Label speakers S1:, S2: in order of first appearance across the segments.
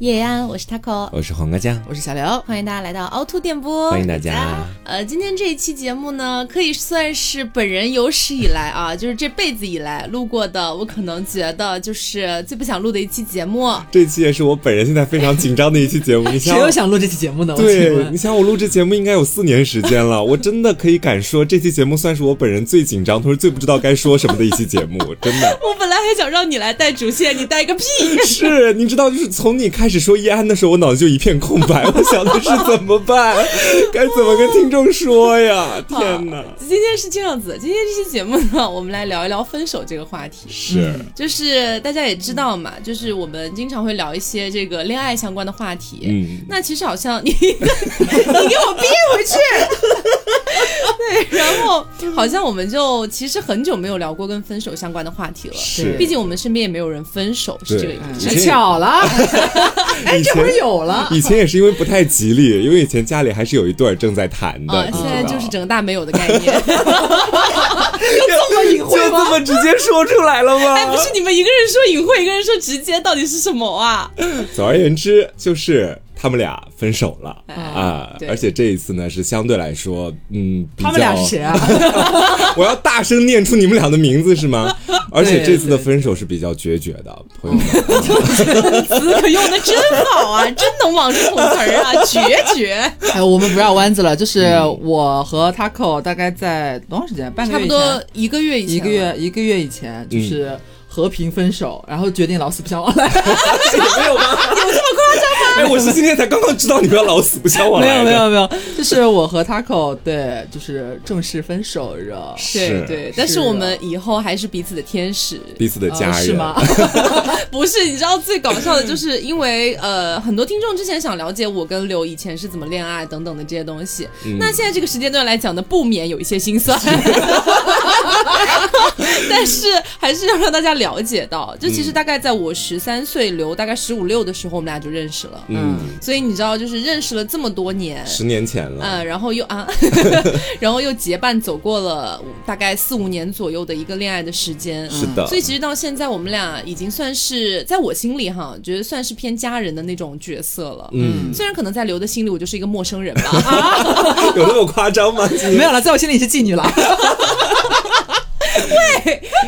S1: 夜安，我是 taco，
S2: 我是黄瓜酱，
S3: 我是小刘，
S1: 欢迎大家来到凹凸电
S3: 哦
S1: 波，
S2: 欢迎大家。
S1: 呃，今天这一期节目呢，可以算是本人有史以来啊， 就是这辈子以来录过的，我可能觉得就是最不想录的一期节 目。
S2: 这期也是我本人现在非常紧张的一期节目。你想
S3: 谁又想录这期节目呢？我
S2: 对，
S3: 请
S2: 你
S3: 问
S2: 想我录这节目应该有四年时间了，我真的可以敢说，这期节目算是我本人最紧张，同时最不知道该说什么的一期节目，真 的
S1: 我本来还想让你来带主线，你带个屁！
S2: 是。你知道，就是从你开始说叶安的时候，我脑子就一片空白，我想的是怎么办，该怎么跟听众说呀？天哪，
S1: 今天是这样子，今天这期节目呢，我们来聊一聊分手这个话题。
S2: 是
S3: 嗯
S1: 就是大家也知道嘛，就是我们经常会聊一些这个恋爱相关的话题。
S2: 嗯
S1: 那其实好像你你给我憋回去。对，然后好像我们就其实很久没有聊过跟分手相关的话题了。
S2: 是
S1: 毕竟我们身边也没有人分手，是这个意
S2: 对
S1: 思。
S2: 以
S3: 哎
S2: 前
S3: 巧 了，哎，
S2: 以前
S3: 这会儿有了，
S2: 以前也是因为不太吉利，因为以前家里还是有一对儿正在谈的，
S3: 哦
S1: 啊，
S2: 你知
S1: 现在
S2: 道
S1: 就是整个大没有的概 念。
S3: 这么隐晦
S2: 就这
S3: 吗？
S2: 么直接说出来了吗？
S1: 哎，不是你们一个人说隐晦，一个人说直接，到底是什么啊？
S2: 总而言之，就是他们俩分手了啊
S1: 哎对，
S2: 而且这一次呢是相对来说，嗯，比较
S3: 他们俩是谁？啊？
S2: 我要大声念出你们俩的名字是吗？而且
S3: 对
S2: 这次的分手是比较决绝的，朋友们。
S1: 词可用的真好啊，真能往这种词儿啊，决绝。
S3: 哎，我们不绕弯子了，就是
S2: 嗯
S3: 我和 Taco 大概在多长时间？半个
S1: 差
S3: 月
S1: 不
S3: 以前
S1: 多一个月以前，
S3: 一个。月一个月以前，就是和平分手，然后决定老死不相 往来。
S2: 没有吗？有这么夸张吗？哎，我是今天才刚刚知道你们要老死不相往
S3: 没
S2: 来
S3: 有
S2: 的。
S3: 没有没有，就是我和 Taco 对，就是正式分手了。
S1: 对
S2: 是啊
S1: 对，但是
S3: 是
S1: 我们以后还是彼此的天使，
S2: 彼此的
S3: 呃
S2: 家人
S3: 是吗？
S1: 不是？你知道最搞笑的就是，因为呃，很多听众之前想了解我跟刘以前是怎么恋爱等等的这些东西，
S2: 嗯
S1: 那现在这个时间段来讲呢，不免有一些心 酸， 但是还是要让大家了解到，就
S2: 嗯
S1: 其实大概在我十三岁，刘大概十五六的时候，我们俩就认识了，
S2: 嗯，
S1: 所以你知道，就是认识了这么多年，
S2: 十年前了。
S1: 嗯，然后又啊，然后又结伴走过了大概四五年左右的一个恋爱的时间。嗯
S2: 是的，
S1: 所以其实到现在，我们俩已经算是在我心里哈，觉得算是偏家人的那种角色了。
S2: 嗯，
S1: 虽然可能在刘的心里，我就是一个陌生人 吧，
S2: 有那么夸张吗？
S3: 嗯没有了，在我心里是 妓女了。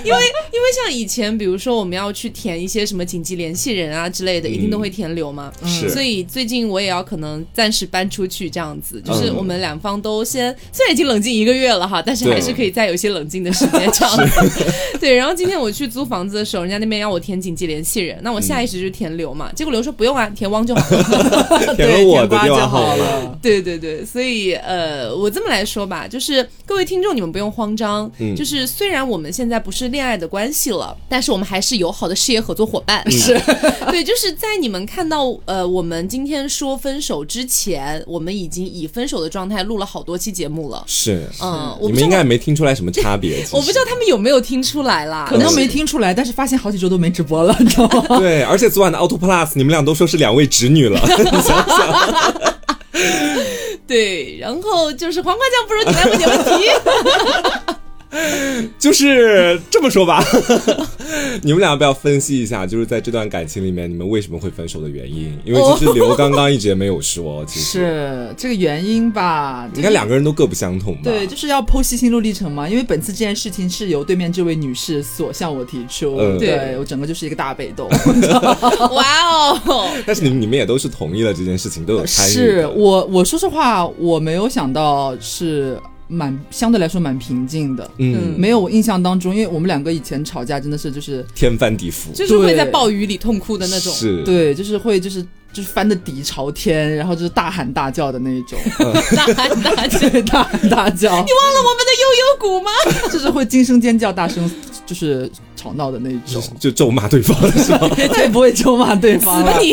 S1: 因为因为像以前，比如说我们要去填一些什么紧急联系人啊之类的，一定都会填刘嘛。
S2: 是
S1: 嗯所以最近我也要可能暂时搬出去，这样子，就是
S2: 嗯
S1: 我们两方都先虽然已经冷静一个月了哈，但是还
S2: 对
S1: 是可以再有一些冷静的时间这样 子。对，然后今天我去租房子的时候，人家那边要我填紧急联系人，那我下意识就填刘嘛，结果刘说不用啊，填汪就好了。
S2: 填了
S3: 对
S2: 我的
S3: 瓜
S2: 电
S3: 就
S2: 话
S3: 好
S2: 号码。
S3: 了。
S1: 对对对，所以呃，我这么来说吧，就是各位听众，你们不用慌张，
S2: 嗯
S1: 就是虽然我们现在不是恋爱的关系了，但是我们还是友好的事业合作伙伴，
S2: 嗯
S1: 是 对，就是在你们看到呃我们今天说分手之前，我们已经以分手的状态录了好多期节目了，
S2: 是，
S1: 嗯，我
S2: 你
S1: 不
S2: 们
S1: 知
S2: 应该
S1: 道
S2: 也。没听出来什么差别。
S1: 我不知道他们有没有听出来啦，
S3: 可能没听出来，但是发现好几周都没直播了，你知道吗？
S2: 道。对，而且昨晚的 Auto Plus，你们俩都说是两位侄女了。
S1: 对。然后就是黄瓜酱，不如你来问点问题。
S2: 就是这么说吧， 你们俩要不要分析一下，就是在这段感情里面，你们为什么会分手的原因？因为其实刘刚刚一直也没有说，其实
S3: 是这个原因吧？
S2: 应该两个人都各不相同吧？
S3: 对，就是要剖析心路历程嘛。因为本次这件事情是由对面这位女士所向我提出，
S2: 嗯
S3: 对我整个就是一个大被 动。
S1: 哇哦，
S2: 但是你们你们也都是同意了这件事情，都有参与的。
S3: 是我，我说实话，我没有想到是蛮相对来说蛮平静的，
S2: 嗯，
S3: 没有我印象当中，因为我们两个以前吵架真的是就是
S2: 天翻地覆
S1: 就是会在
S3: 对
S1: 暴雨里痛哭的那种。
S2: 是，
S3: 对，就是会就是就是翻的底朝天，然后就是大喊大叫的 那一种，
S1: 大喊大叫，
S3: 对，大喊大叫，
S1: 忘了我们的悠悠谷吗？
S3: 就是会惊声尖叫、大声就是吵闹的那一
S2: 就
S3: 种，
S2: 就咒骂对方 是 吧？
S3: 才不会咒骂对方了
S1: 死。你！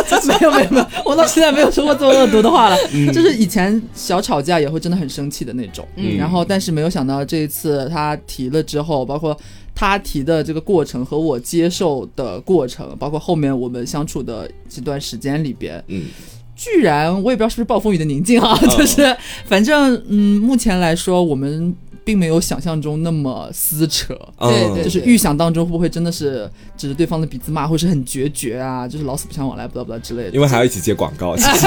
S3: 没有没有没有，我到现在没有说过这么恶毒的话了。 就是以前小吵架也会真的很生气的那种，
S2: 嗯
S3: 然后但是没有想到这一次他提了之后，包括他提的这个过程和我接受的过程，包括后面我们相处的这段时间里边，
S2: 嗯，
S3: 居然我也不知道是不是暴风雨的宁静啊，就是反正嗯，目前来说我们并没有想象中那么撕扯。
S1: 对
S2: 嗯
S1: 对
S3: 就是预想当中会不会真的是指着对方的鼻子骂，或是很决绝啊，就是老死不相往来，不啦不啦之类的。
S2: 因为还要一起接广告，其实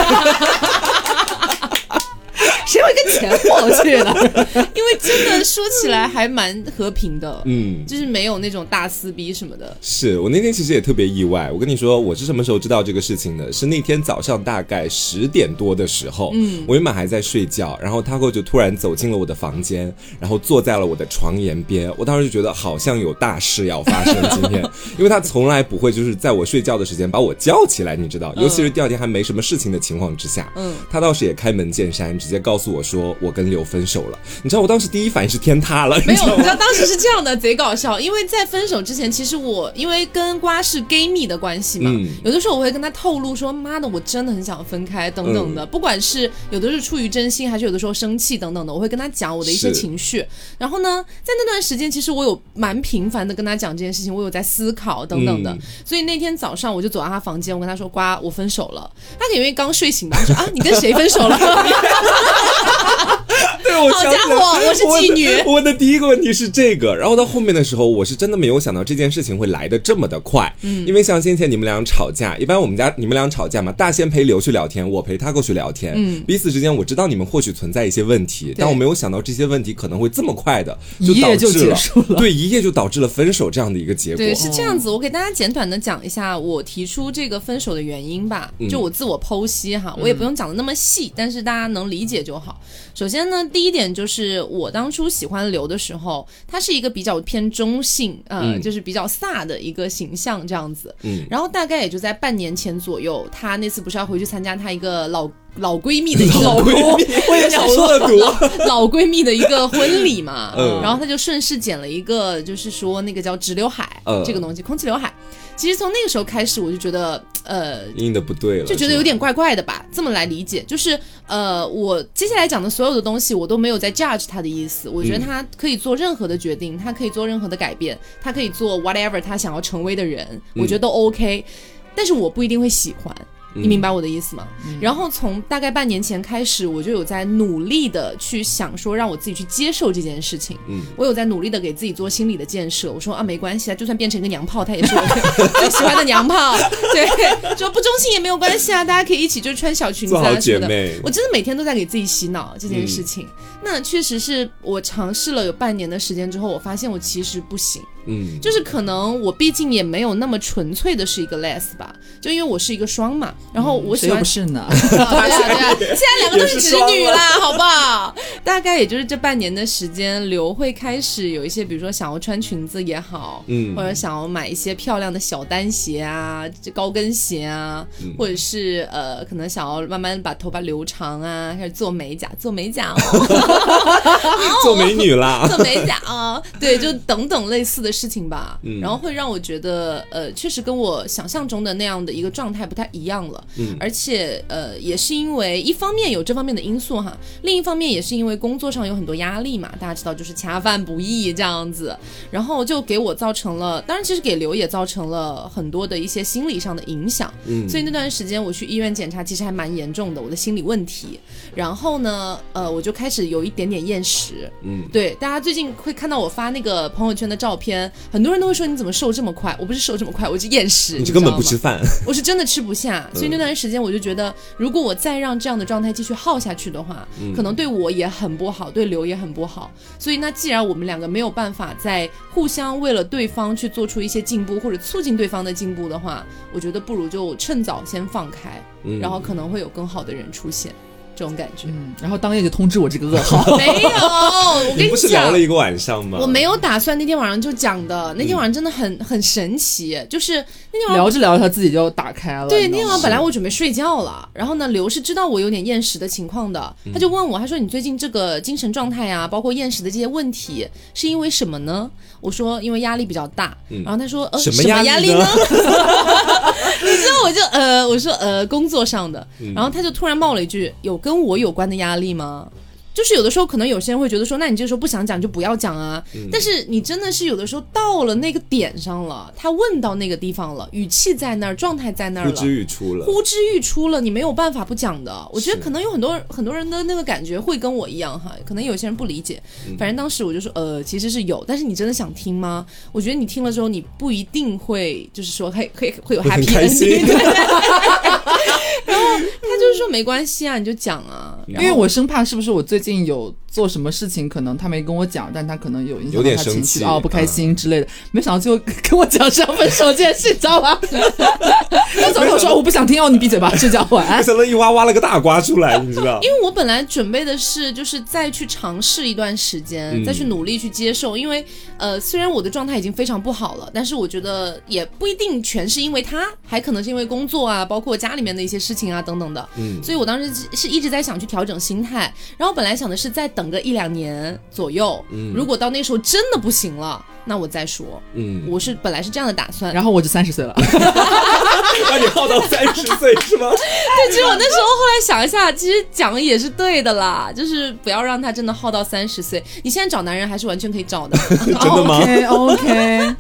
S1: 谁会跟钱过去呢？因为真的说起来还蛮和平的，
S2: 嗯。
S1: 就是没有那种大撕逼什么的。
S2: 是我那天其实也特别意外，我跟你说，我是什么时候知道这个事情的？是那天早上大概十点多的时候，嗯，我原本还在睡觉，然后 Taco 就突然走进了我的房间，然后坐在了我的床沿边。我当时就觉得好像有大事要发生今天， 因为他从来不会就是在我睡觉的时间把我叫起来，你知道，尤其是第二天还没什么事情的情况之下，
S1: 嗯
S2: 嗯，他倒是也开门见山，直接告诉我说我跟刘分手了。你知道我当时第一反应是天塌了，
S1: 没
S2: 你知道
S1: 有，你
S2: 吗
S1: 知 道当时是这样的，贼搞笑。因为在分手之前，其实我因为跟瓜是 gay 蜜的关系嘛，
S2: 嗯
S1: 有的时候我会跟他透露说，妈的，我真的很想分开等等
S2: 嗯
S1: 的，不管是有的是出于真心，还是有的时候生气等等的，我会跟他讲我的一些
S2: 是
S1: 情绪。然后呢，在那段时间，其实我有蛮频繁的跟他讲这件事情，我有在思考等等的。
S2: 嗯
S1: 所以那天早上我就走到他房间，我跟他说，瓜，我分手了。他可能因为刚睡醒吧，说啊，你跟谁分手了？
S2: 对，我
S1: 好
S2: 想
S1: 家
S2: 起来
S1: 伙我是妓女
S2: 我的。我的第一个问题是这个，然后到后面的时候，我是真的没有想到这件事情会来的这么的快。嗯，因为像先前你们俩吵架，一般我们家你们俩吵架嘛，大仙陪刘去聊天，我陪他过去聊天。嗯，彼此之间我知道你们或许存在一些问题，但我没有想到这些问题可能会这么快的就
S3: 一
S2: 导
S3: 夜就
S2: 致
S3: 结束了
S2: 对，一夜就导致了分手这样的一个结果。
S1: 对， 是这样子。我给大家简短的讲一下我提出这个分手的原因吧，
S2: 嗯
S1: 就我自我剖析哈，我也不用讲的那么细，但是大家能理解就好。首先呢，第一点就是我当初喜欢刘的时候，他是一个比较偏中性，呃，
S2: 嗯
S1: 就是比较飒的一个形象这样子。
S2: 嗯
S1: 然后大概也就在半年前左右，她那次不是要回去参加她一个老老闺蜜的一个
S2: 老闺蜜，
S1: 我 也
S2: 想说恶毒
S1: 老闺蜜的一个婚礼嘛，
S2: 嗯
S1: 然后她就顺势剪了一个，就是说那个叫直刘海、
S2: 嗯
S1: 这个东西，空气刘海。其实从那个时候开始，我就觉得，呃，
S2: 阴的不对了，
S1: 就觉得有点怪怪的吧。这么来理解，就是呃，我接下来讲的所有的东西，我都没有在 judge 他的意思。我觉得
S2: 嗯
S1: 他可以做任何的决定，他可以做任何的改变，他可以做 whatever 他想要成为的人，
S2: 嗯
S1: 我觉得都 OK。但是我不一定会喜欢，
S2: 嗯
S1: 你明白我的意思吗？然后从大概半年前开始，我就有在努力的去想说，让我自己去接受这件事情。
S2: 嗯
S1: 我有在努力的给自己做心理的建设。我说啊，没关系啊，就算变成一个娘炮，他也是我最喜欢的 娘炮。对，说不忠心也没有关系啊，大家可以一起就穿小裙子
S2: 做好
S1: 啊什
S2: 姐
S1: 么的。
S2: 妹。嗯
S1: 我真的每天都在给自己洗脑这件事情。那确实是我尝试了有半年的时间之后，我发现我其实不行。
S2: 嗯，
S1: 就是可能我毕竟也没有那么纯粹的是一个 les 吧，就因为我是一个双嘛，然后我喜
S3: 谁嗯又
S1: 欢
S3: 不是呢？
S1: 啊对啊，对啊，现在两个都是直女
S2: 也是
S1: 啦
S2: 双，
S1: 好不好？大概也就是这半年的时间，刘会开始有一些，比如说想要穿裙子也好，
S2: 嗯
S1: 或者想要买一些漂亮的小单鞋啊、这高跟鞋啊，或者是呃，可能想要慢慢把头发留长啊，开始做美甲，做美甲哦，
S2: 做美女啦。
S1: 做美甲哦，对，就等等类似的事情吧。
S2: 嗯
S1: 然后会让我觉得，呃，确实跟我想象中的那样的一个状态不太一样了。
S2: 嗯
S1: 而且呃，也是因为一方面有这方面的因素哈，另一方面也是因为工作上有很多压力嘛，大家知道就是恰饭不易这样子，然后就给我造成了，当然其实给刘也造成了很多的一些心理上的影响，
S2: 嗯
S1: 所以那段时间我去医院检查，其实还蛮严重的，我的心理问题，然后呢，呃，我就开始有一点点厌食，
S2: 嗯，
S1: 对，大家最近会看到我发那个朋友圈的照片，很多人都会说你怎么瘦这么快，我不是瘦这么快，我是厌食，
S2: 你
S1: 你
S2: 这根本
S1: 知道
S2: 不
S1: 吗
S2: 吃饭，
S1: 我是真的吃不下，所以那段时间我就觉得，如果我再让这样的状态继续耗下去的话，
S2: 嗯
S1: 可能对我也很不好，对刘也很不好。所以那既然我们两个没有办法在互相为了对方去做出一些进步，或者促进对方的进步的话，我觉得不如就趁早先放开，
S2: 嗯
S1: 然后可能会有更好的人出现，这种感觉。
S3: 嗯，然后当夜就通知我这个噩 耗。
S1: 没有，我跟
S2: 你不是
S1: 讲
S2: 聊了一个晚上吗？
S1: 我没有打算那天晚上就讲
S2: 嗯
S1: 的，那天晚上真的很、很神奇，就是那天晚上
S3: 聊着聊着，他自己就打开了。
S1: 对，
S3: 你
S1: 那
S3: 知
S1: 天
S3: 道
S1: 晚上
S3: 吗
S1: 本来我准备睡觉了，然后呢，刘是知道我有点厌食的情况的，
S2: 嗯
S1: 他就问我，他说你最近这个精神状态啊，包括厌食的这些问题，是因为什么呢？我说因为压力比较大，然后他说呃
S2: 嗯什么
S1: 么
S2: 压力
S1: 压力
S2: 呢
S1: 呢？ 你知道我就
S2: 嗯
S1: 呃我说呃工作上的，然后他就突然冒了一句，有跟我有关的压力吗？就是有的时候可能有些人会觉得说，那你这时候不想讲就不要讲啊。
S2: 嗯
S1: 但是你真的是有的时候到了那个点上了，他问到那个地方了，语气在那儿，状态在那儿
S2: 呼
S1: 了，
S2: 之欲出了。
S1: 呼之欲出了，你没有办法不讲的。我觉得
S2: 是
S1: 可能有很多很多人的那个感觉会跟我一样哈，可能有些人不理解。
S2: 嗯
S1: 反正当时我就说，呃，其实是有，但是你真的想听吗？我觉得你听了之后，你不一定会就是说，嘿，会会有
S2: 会很
S1: happy
S2: 开心
S1: ending。然后他就是说没关系啊，你就讲啊。
S2: 因
S3: 因为我生怕是不是我最近有做什么事情，可能他没跟我讲，但他可能有
S2: 有
S3: 影响到
S2: 点
S3: 他
S2: 生
S3: 情绪
S2: 气啊
S3: 哦，不开心之类的。没想到最后跟我讲是要分手这件事，你知道吗？他早跟我说我不想听哦，你闭嘴吧，睡觉晚
S2: 没
S3: 安。
S2: 想到一挖挖了个大瓜出来，你知道？
S1: 因为我本来准备的是，就是再去尝试一段时间，
S2: 嗯
S1: 再去努力去接受。因为，呃，虽然我的状态已经非常不好了，但是我觉得也不一定全是因为他，还可能是因为工作啊，包括家里面的一些事情啊等等的。
S2: 嗯
S1: 所以我当时是一直在想去调整心态，然后本来想的是再等个一两年左右，如果到那时候真的不行了，那我再说。
S2: 嗯，
S1: 我是本来是这样的打算，
S3: 然后我就三十岁了，
S2: 把你耗到三十岁 是吗？
S1: 其实我那时候后来想一下，其实讲的也是对的啦，就是不要让他真的耗到三十岁。你现在找男人还是完全可以 找的，
S2: 真的
S1: 哦
S2: 吗？
S3: ？OK OK，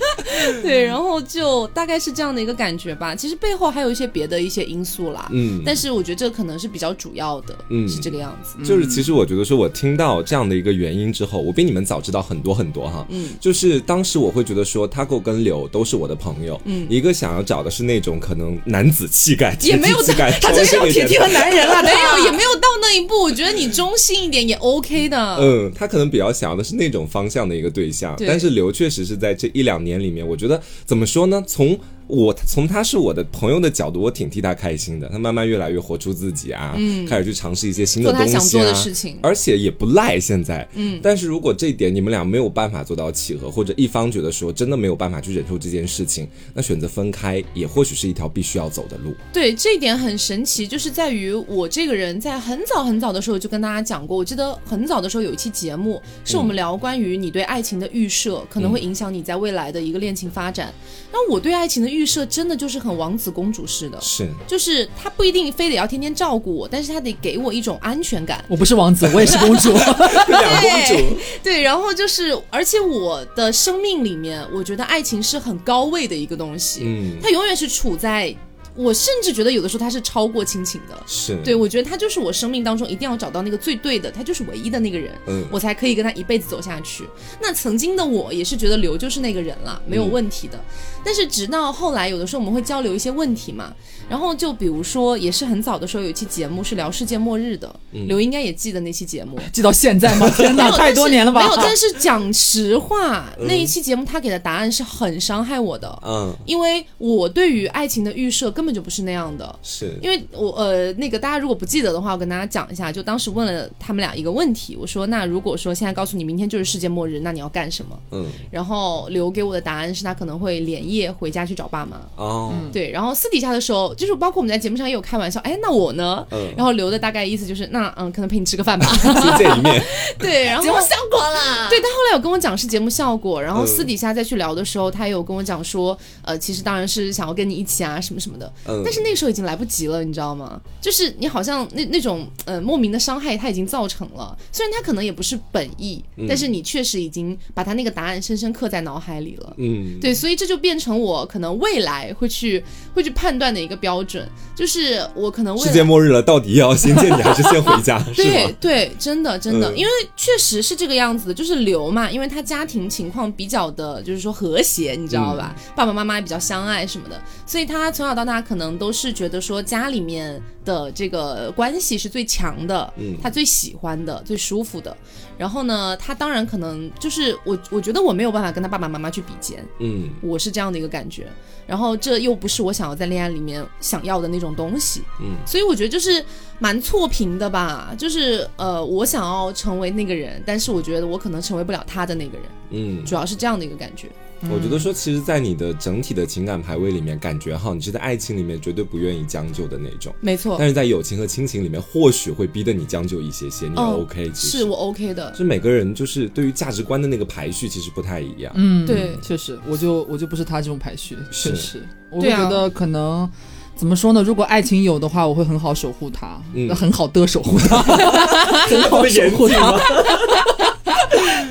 S1: 对，然后就大概是这样的一个感觉吧。其实背后还有一些别的一些因素啦，
S2: 嗯，
S1: 但是我觉得这可能是比较主要的，
S2: 嗯
S1: 是这个样子。
S2: 就是其实我觉得说，我听到这样的一个原因之后，我比你们早知道很多很多哈。
S1: 嗯
S2: 就是当时我会觉得说，Taco 跟柳都是我的朋友，
S1: 嗯
S2: 一个想要找的是那种可能男子气概，
S1: 也没有
S2: 铁蹄气概，
S3: 他就是要铁梯和男人
S2: 嗯
S3: 了，
S1: 没有，也没有到那一步。我觉得你中性一点也 OK 的。
S2: 嗯，他可能比较想要的是那种方向的一个对象，
S1: 对
S2: 但是刘确实是在这一两年里面，我觉得怎么说呢？从我从他是我的朋友的角度，我挺替他开心的。他慢慢越来越活出自己啊，开始去尝试一些新
S1: 嗯
S2: 的
S1: 做他
S2: 东西啊，
S1: 想做的事情
S2: 而且也不赖现在。嗯，但是如果这一点你们俩没有办法做到契合，或者一方觉得说真的没有办法去忍受这件事情，那选择分开也或许是一条必须要走的路。
S1: 对，这一点很神奇，就是在于我这个人在很早很早的时候就跟大家讲过，我记得很早的时候有一期节目是我们
S2: 嗯
S1: 聊关于你对爱情的预设，可能会影响你在未来的一个恋情发展。那我对爱情的预设真的就是很王子公主式的，
S2: 是，
S1: 就是他不一定非得要天天照顾我，但是他得给我一种安全感。
S3: 我不是王子，我也是公主。
S2: 两公主。
S1: 对，然后就是，而且我的生命里面，我觉得爱情是很高位的一个东西，
S2: 嗯
S1: 它永远是处在，我甚至觉得有的时候它是超过亲情的。
S2: 是，
S1: 对，，我觉得他就是我生命当中一定要找到那个最对的，他就是唯一的那个人，
S2: 嗯
S1: 我才可以跟他一辈子走下去。那曾经的我也是觉得刘就是那个人了，没有
S3: 嗯
S1: 问题的。但是直到后来，有的时候我们会交流一些问题嘛，然后就比如说，也是很早的时候有一期节目是聊世界末日的，刘应该也记得那期节目。
S3: 记到现在吗？天
S1: 没
S3: 哪，
S1: 有
S3: 嗯太
S1: 但
S3: 多
S1: 是
S3: 年了吧？嗯
S1: 没有，但是讲实话，那一期节目他给的答案是很伤害我
S3: 啊
S1: 的，
S2: 嗯，
S1: 因为我对于爱情的预设根本就不是那样的。
S2: 是，
S1: 因为我呃，那个大家如果不记得的话，我跟大家讲一下，就当时问了他们俩一个问题，我说那如果说现在告诉你明天就是世界末日，那你要干什么？
S2: 嗯，
S1: 然后留给我的答案是他可能会连夜回家去找爸妈。
S2: 哦，
S1: 对，然后私底下的时候，就是包括我们在节目上也有开玩笑，哎，那我呢？
S2: 嗯
S1: 然后留的大概意思就是，那嗯，可能陪你吃个饭吧。
S2: 就这一 面，
S1: 对，然后
S3: 节目效果啦。
S1: 对他后来有跟我讲是节目效果，然后
S2: 嗯
S1: 私底下再去聊的时候，他也有跟我讲说，呃，其实当然是想要跟你一起啊，什么什么的。
S2: 嗯
S1: 但是那个时候已经来不及了，你知道吗？就是你好像那那种呃莫名的伤害，他已经造成了。虽然他可能也不是本意，
S2: 嗯
S1: 但是你确实已经把他那个答案深深刻在脑海里了。
S2: 嗯，
S1: 对，所以这就变成我可能未来会去会去判断的一个标准，就是我可能未
S2: 世
S1: 来
S2: 界末日了，到底要先见你还是先 回家？是
S1: 对
S2: 吗？
S1: 对，真的真的，
S2: 嗯
S1: 因为确实是这个样子的，就是刘嘛，因为他家庭情况比较的，就是说和谐，你知道吧？
S2: 嗯
S1: 爸爸妈妈也比较相爱什么的，所以他从小到大可能都是觉得说家里面的这个关系是最强的，
S2: 嗯
S1: 他最喜欢的、最舒服的。然后呢，他当然可能就是我，我觉得我没有办法跟他爸爸妈妈去比肩，
S2: 嗯，
S1: 我是这样的一个感觉。然后这又不是我想要在恋爱里面想要的那种东西，
S2: 嗯，
S1: 所以我觉得就是蛮错评的吧。就是呃，我想要成为那个人，但是我觉得我可能成为不了他的那个人，
S2: 嗯，
S1: 主要是这样的一个感觉。
S2: 我觉得说，其实，在你的整体的情感排位里面，感觉哈，你是在爱情里面绝对不愿意将就的那种，
S1: 没错
S2: 但，是在友情和亲情里面，或许会逼得你将就一些些，你也
S1: 哦
S2: OK，其
S1: 是
S2: 实。
S1: 我 OK 的。
S2: 是每个人就是对于价值观的那个排序其实不太一样，
S3: 嗯，
S1: 对嗯
S3: 确实，我就我就不是他这种排序，
S2: 是
S3: 确实，我会
S1: 对啊
S3: 觉得可能怎么说呢？如果爱情有的话，我会很好守护他，
S2: 嗯
S3: 很好的守护他，很好守护 他。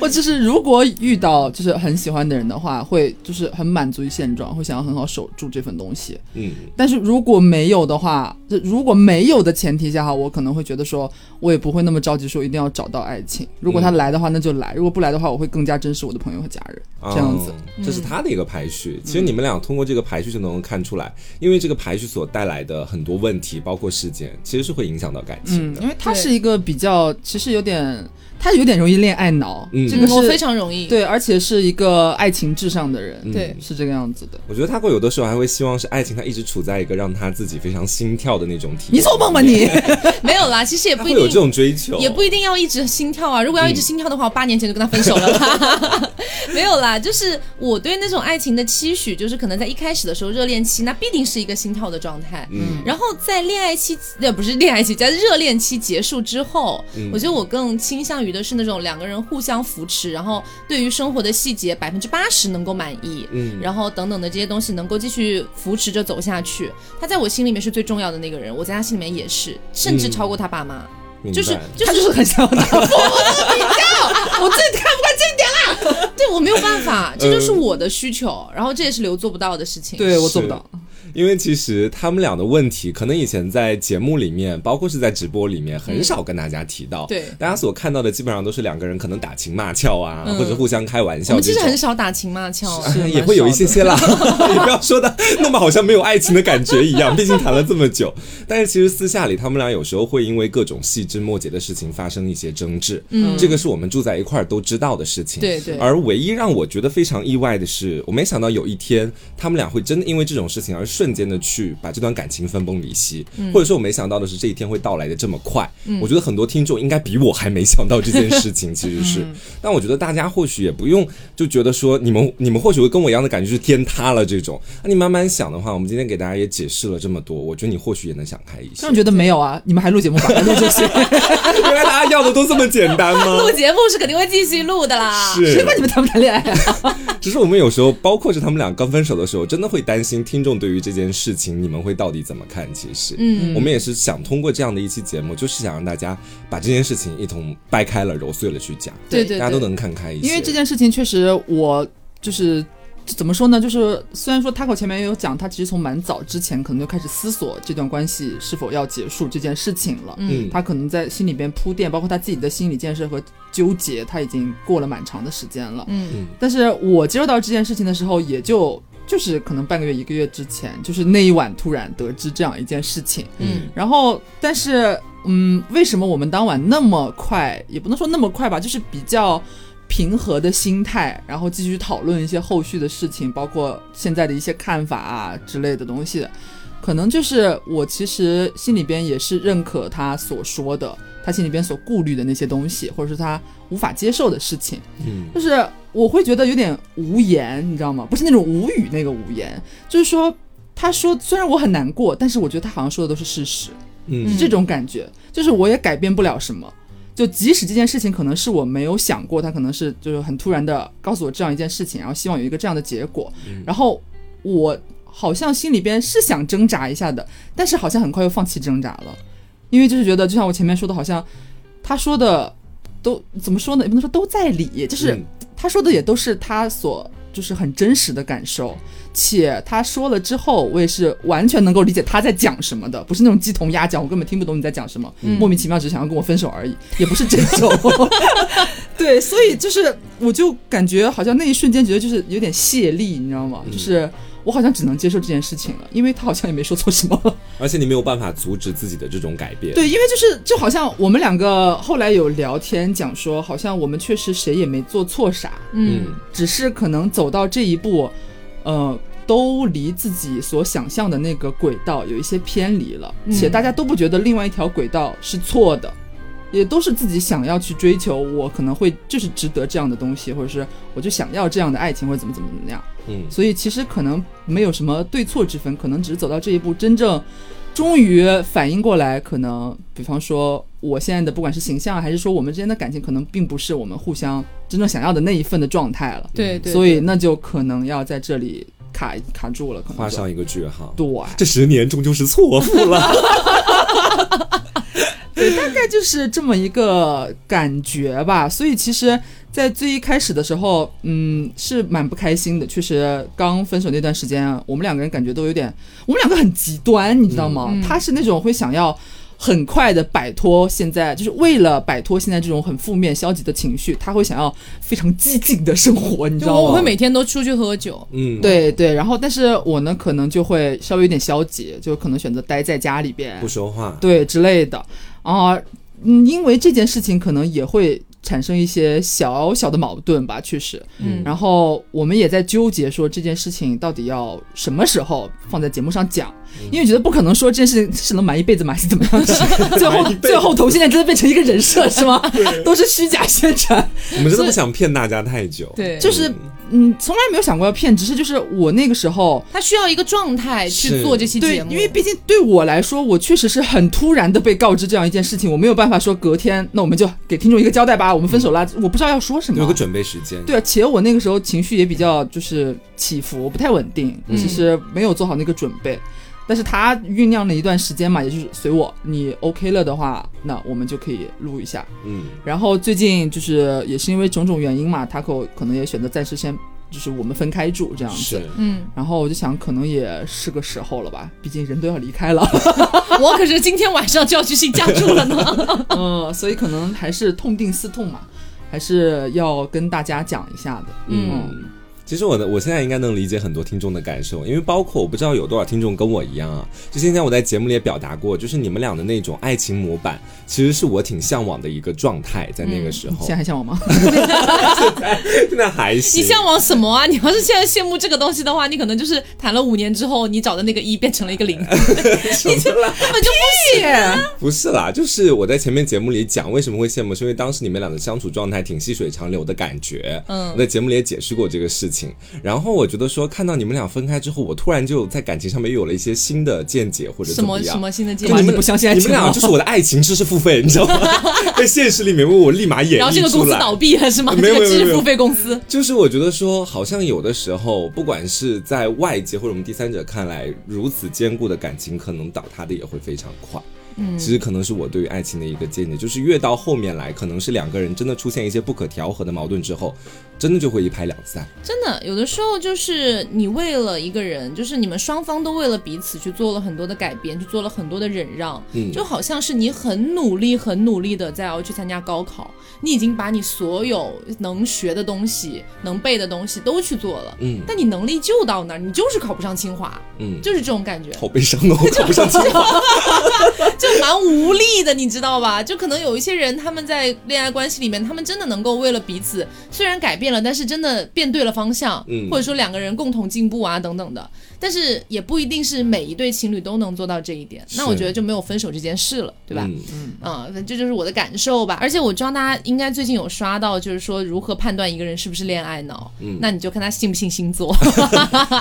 S3: 我就是如果遇到就是很喜欢的人的话，会就是很满足于现状，会想要很好守住这份东西。
S2: 嗯
S3: 但是如果没有的话，就如果没有的前提下哈，我可能会觉得说，我也不会那么着急说一定要找到爱情。如果他来的话，那就来；如果不来的话，我会更加珍视我的朋友和家人。这样子嗯
S2: 哦，这是他的一个排序。其实你们俩通过这个排序就能够看出来，因为这个排序所带来的很多问题，包括事件，其实是会影响到感情
S3: 嗯，
S2: 的。
S3: 因为他是一个比较，其实有点，他有点容易恋爱脑，
S2: 嗯
S3: 这个
S1: 嗯，我
S3: 是
S1: 非常容易。
S3: 对，而且是一个爱情至上的人，
S2: 嗯
S1: 对
S3: 是这个样子
S1: 嗯
S3: 的。
S2: 我觉得他会有的时候还会希望是爱情，他一直处在一个让他自己非常心跳的那种体验。
S3: 你做梦吧！你！
S1: 嗯没有啦，其实也
S2: 他
S1: 不
S2: 会
S1: 一
S2: 有这
S1: 定，
S2: 种追求，
S1: 也不一定要一直心跳啊。如果要一
S2: 嗯
S1: 直心跳的话，我八年前就跟他分手了 啦。没有啦，就是我对那种爱情的期许，就是可能在一开始的时候，热恋期那必定是一个心跳的状态。
S2: 嗯
S1: 然后在恋爱期，呃，不是恋爱期，在热恋期结束之后，
S2: 嗯
S1: 我觉得我更倾向于的是那种两个人互相扶持，然后对于生活的细节百分之八十能够满意，
S2: 嗯
S1: 然后等等的这些东西能够继续扶持着走下去。他在我心里面是最重要的那个人，我在他心里面也是，甚至
S2: 嗯
S1: 超过他爸妈，
S2: 明白
S1: 就是就
S3: 他
S1: 是
S3: 就是很想 要他，
S1: 我最看不惯这一点 啦。对我没有办法，这就是我的需求，然后这也是刘做不到的事情。
S3: 嗯对我做不到。
S2: 因为其实他们俩的问题，可能以前在节目里面，包括是在直播里面，很少跟大家提到。
S1: 嗯对
S2: 大家所看到的基本上都是两个人可能打情骂俏啊，
S1: 嗯
S2: 或者互相开玩
S1: 我
S2: 笑
S1: 们其
S2: 这
S1: 实
S2: 种。
S1: 很少打情骂俏，
S3: 是
S2: 哎
S3: 蛮
S2: 也会有一些些啦，你不要说的那么好像没有爱情的感觉一样，毕竟谈了这么久。但是其实私下里，他们俩有时候会因为各种细枝末节的事情发生一些争执，嗯，这个是我们住在一块儿都知道的事情。
S1: 对对
S2: 而唯一让我觉得非常意外的是，我没想到有一天他们俩会真的因为这种事情而瞬间的去把这段感情分崩离析，或者说我没想到的是这一天会到来的这么快。我觉得很多听众应该比我还没想到这件事情，其实是。但我觉得大家或许也不用就觉得说你们你们或许会跟我一样的感觉，就是天塌了这种。那你慢慢想的话，我们今天给大家也解释了这么多，我觉得你或许也能想开一些
S3: 但我。觉得没有啊，你们还 录节目吧？还录这些，
S2: 原来大家要的都这么简单 吗？
S1: 录节目是肯定会继续录的啦。
S3: 谁
S2: 是
S3: 管，你们谈不谈恋爱啊？
S2: 只是我们有时候，包括是他们俩刚分手的时候，真的会担心听众对于这件事情你们会到底怎么看。其实，嗯，我们也是想通过这样的一期节目，就是想让大家把这件事情一同掰开了、揉碎了去讲，
S1: 对对
S2: 大家都能看开一些。
S3: 因为这件事情确实我就是。怎么说呢？就是虽然说 Taco 前面也有讲，他其实从蛮早之前可能就开始思索这段关系是否要结束这件事情了。
S2: 嗯，
S3: 他可能在心里边铺垫，包括他自己的心理建设和纠结，他已经过了蛮长的时间了。
S1: 嗯
S2: 嗯
S3: 但是我接受到这件事情的时候，也就就是可能半个月、一个月之前，就是那一晚突然得知这样一件事情。
S1: 嗯
S3: 然后，但是，嗯，为什么我们当晚那么快，也不能说那么快吧，就是比较平和的心态，然后继续讨论一些后续的事情，包括现在的一些看法啊之类的东西。可能就是我其实心里边也是认可他所说的，他心里边所顾虑的那些东西，或者是他无法接受的事情。
S2: 嗯
S3: 就是我会觉得有点无言，你知道吗？不是那种无语那个无言，就是说他说虽然我很难过，但是我觉得他好像说的都是事实，
S2: 嗯
S3: 这种感觉，就是我也改变不了什么。就即使这件事情可能是我没有想过，他可能是就是很突然的告诉我这样一件事情，然后希望有一个这样的结果，然后我好像心里边是想挣扎一下的，但是好像很快又放弃挣扎了，因为就是觉得就像我前面说的，好像他说的都怎么说呢？也不能说都在理，就是
S2: 嗯
S3: 他说的也都是他所就是很真实的感受，且他说了之后，我也是完全能够理解他在讲什么的，不是那种鸡同鸭讲，我根本听不懂你在讲什么，莫名其妙只想要跟我分手而已，也不是这种。对，所以就是我就感觉好像那一瞬间觉得就是有点泄力，你知道吗？就是我好像只能接受这件事情了，因为他好像也没说错什么。
S2: 而且你没有办法阻止自己的这种改变。
S3: 对，因为就是就好像我们两个后来有聊天讲说，好像我们确实谁也没做错啥，
S1: 嗯
S3: 只是可能走到这一步，呃，都离自己所想象的那个轨道有一些偏离了，且大家都不觉得另外一条轨道是错的，也都是自己想要去追求，我可能会就是值得这样的东西，或者是我就想要这样的爱情，或者怎么怎么怎么样。
S2: 嗯
S3: 所以其实可能没有什么对错之分，可能只是走到这一步，真正终于反应过来，可能比方说我现在的不管是形象，还是说我们之间的感情，可能并不是我们互相真正想要的那一份的状态了。
S1: 对对，
S3: 所以那就可能要在这里卡卡住了，可能就
S2: 画上一个句号。
S3: 对，
S2: 这十年终究是错付 了。
S3: 对，大概就是这么一个感觉吧。所以其实，在最一开始的时候，嗯，是蛮不开心的。确实，刚分手那段时间，我们两个人感觉都有点，我们两个很极端，你知道吗？
S1: 嗯
S3: 他是那种会想要。很快的摆脱现在，就是为了摆脱现在这种很负面、消极的情绪，他会想要非常激进的生活，你知
S1: 就
S3: 道吗？
S1: 我我会每天都出去喝酒，
S2: 嗯，，
S3: 对对，然后但是我呢，可能就会稍微有点消极，就可能选择待在家里边
S2: 不，说话。
S3: 对之类的啊、嗯，因为这件事情可能也会产生一些小小的矛盾吧，确实。
S1: 嗯，
S3: 然后我们也在纠结说这件事情到底要什么时候放在节目上讲，
S2: 嗯
S3: 因为觉得不可能说这件事情是能瞒一辈子瞒是怎么 样的，最后
S2: 瞒一辈子
S3: 最后头现在真的变成一个人设是吗？都是虚假宣传。
S2: 我们真的不想骗大家太久。
S1: 对
S3: 就是嗯，从来没有想过要骗，只是就是我那个时候。
S1: 他需要一个状态去
S2: 是
S1: 做这期
S3: 对
S1: 节，目，
S3: 因为毕竟对我来说，我确实是很突然的被告知这样一件事情，我没有办法说隔天，那我们就给听众一个交代吧，我们分手啦，
S1: 嗯
S3: 我不知道要说什
S2: 有
S3: 么
S2: 个。准备时间。
S3: 对啊，且我那个时候情绪也比较就是起伏，不太稳定，
S1: 嗯
S3: 其实没有做好那个准备。但是他酝酿了一段时间嘛，也就是随我，你 OK 了的话，那我们就可以录一下。
S2: 嗯，
S3: 然后最近就是也是因为种种原因嘛，Taco 可能也选择暂时先就是我们分开住这样子
S2: 是。。
S1: 嗯，
S3: 然后我就想，可能也是个时候了吧，毕竟人都要离开了，
S1: 我可是今天晚上就要去新疆住了呢。
S3: 嗯，所以可能还是痛定思痛嘛，还是要跟大家讲一下的，
S2: 嗯，其实我的我现在应该能理解很多听众的感受，因为包括我不知道有多少听众跟我一样啊。就今天我在节目里也表达过，就是你们俩的那种爱情模板，其实是我挺向往的一个状态，在那个时候
S3: 现在，
S1: 嗯
S3: 还向往吗？
S2: 现在还行。
S1: 你向往什么啊？你要是现在羡慕这个东西的话，你可能就是谈了五年之后，你找的那个一 E 变成了一个零， 你这根本就不行。
S2: 不是啦，就是我在前面节目里讲为什么会羡慕，是因为当时你们俩的相处状态挺细水长流的感觉。
S1: 嗯
S2: 我在节目里也解释过这个事情。然后我觉得说，看到你们俩分开之后，我突然就在感情上面又有了一些新的见解或者
S1: 什
S2: 怎
S1: 么
S2: 样
S1: 什么新的建
S3: 干嘛
S1: 议
S3: 你？不相信爱
S2: 你
S3: 情
S2: 们俩
S3: 吗
S2: 就是我的爱情知识付费，你知 道吗？在现实里面为我立马演绎出来。
S1: 然后这个公司倒闭了是吗？
S2: 没有
S1: 这个
S2: 没有
S1: 知
S2: 没
S1: 识
S2: 有
S1: 付费公司。
S2: 就是我觉得说，好像有的时候，不管是在外界或者我们第三者看来，如此坚固的感情，可能倒塌的也会非常快。嗯，其实可能是我对于爱情的一个见解，就是越到后面来，可能是两个人真的出现一些不可调和的矛盾之后，真的就会一拍两散。
S1: 真的，有的时候就是你为了一个人，就是你们双方都为了彼此去做了很多的改变，去做了很多的忍让，
S2: 嗯
S1: 就好像是你很努力、很努力的在要去参加高考，你已经把你所有能学的东西、能背的东西都去做了，
S2: 嗯
S1: 但你能力就到那儿，你就是考不上清华，
S2: 嗯，
S1: 就是这种感觉，
S2: 好悲伤 哦，我考不上清华。
S1: 就蛮无力的，你知道吧？就可能有一些人他们在恋爱关系里面，他们真的能够为了彼此，虽然改变了，但是真的变对了方向，
S2: 嗯
S1: 或者说两个人共同进步啊等等的，但是也不一定是每一对情侣都能做到这一点。那我
S2: 是
S1: 觉得就没有分手这件事了，对吧？
S2: 嗯
S1: 啊、这就是我的感受吧。而且我知道大家应该最近有刷到，就是说如何判断一个人是不是恋爱脑。
S2: 嗯
S1: 那你就看他信不信星座。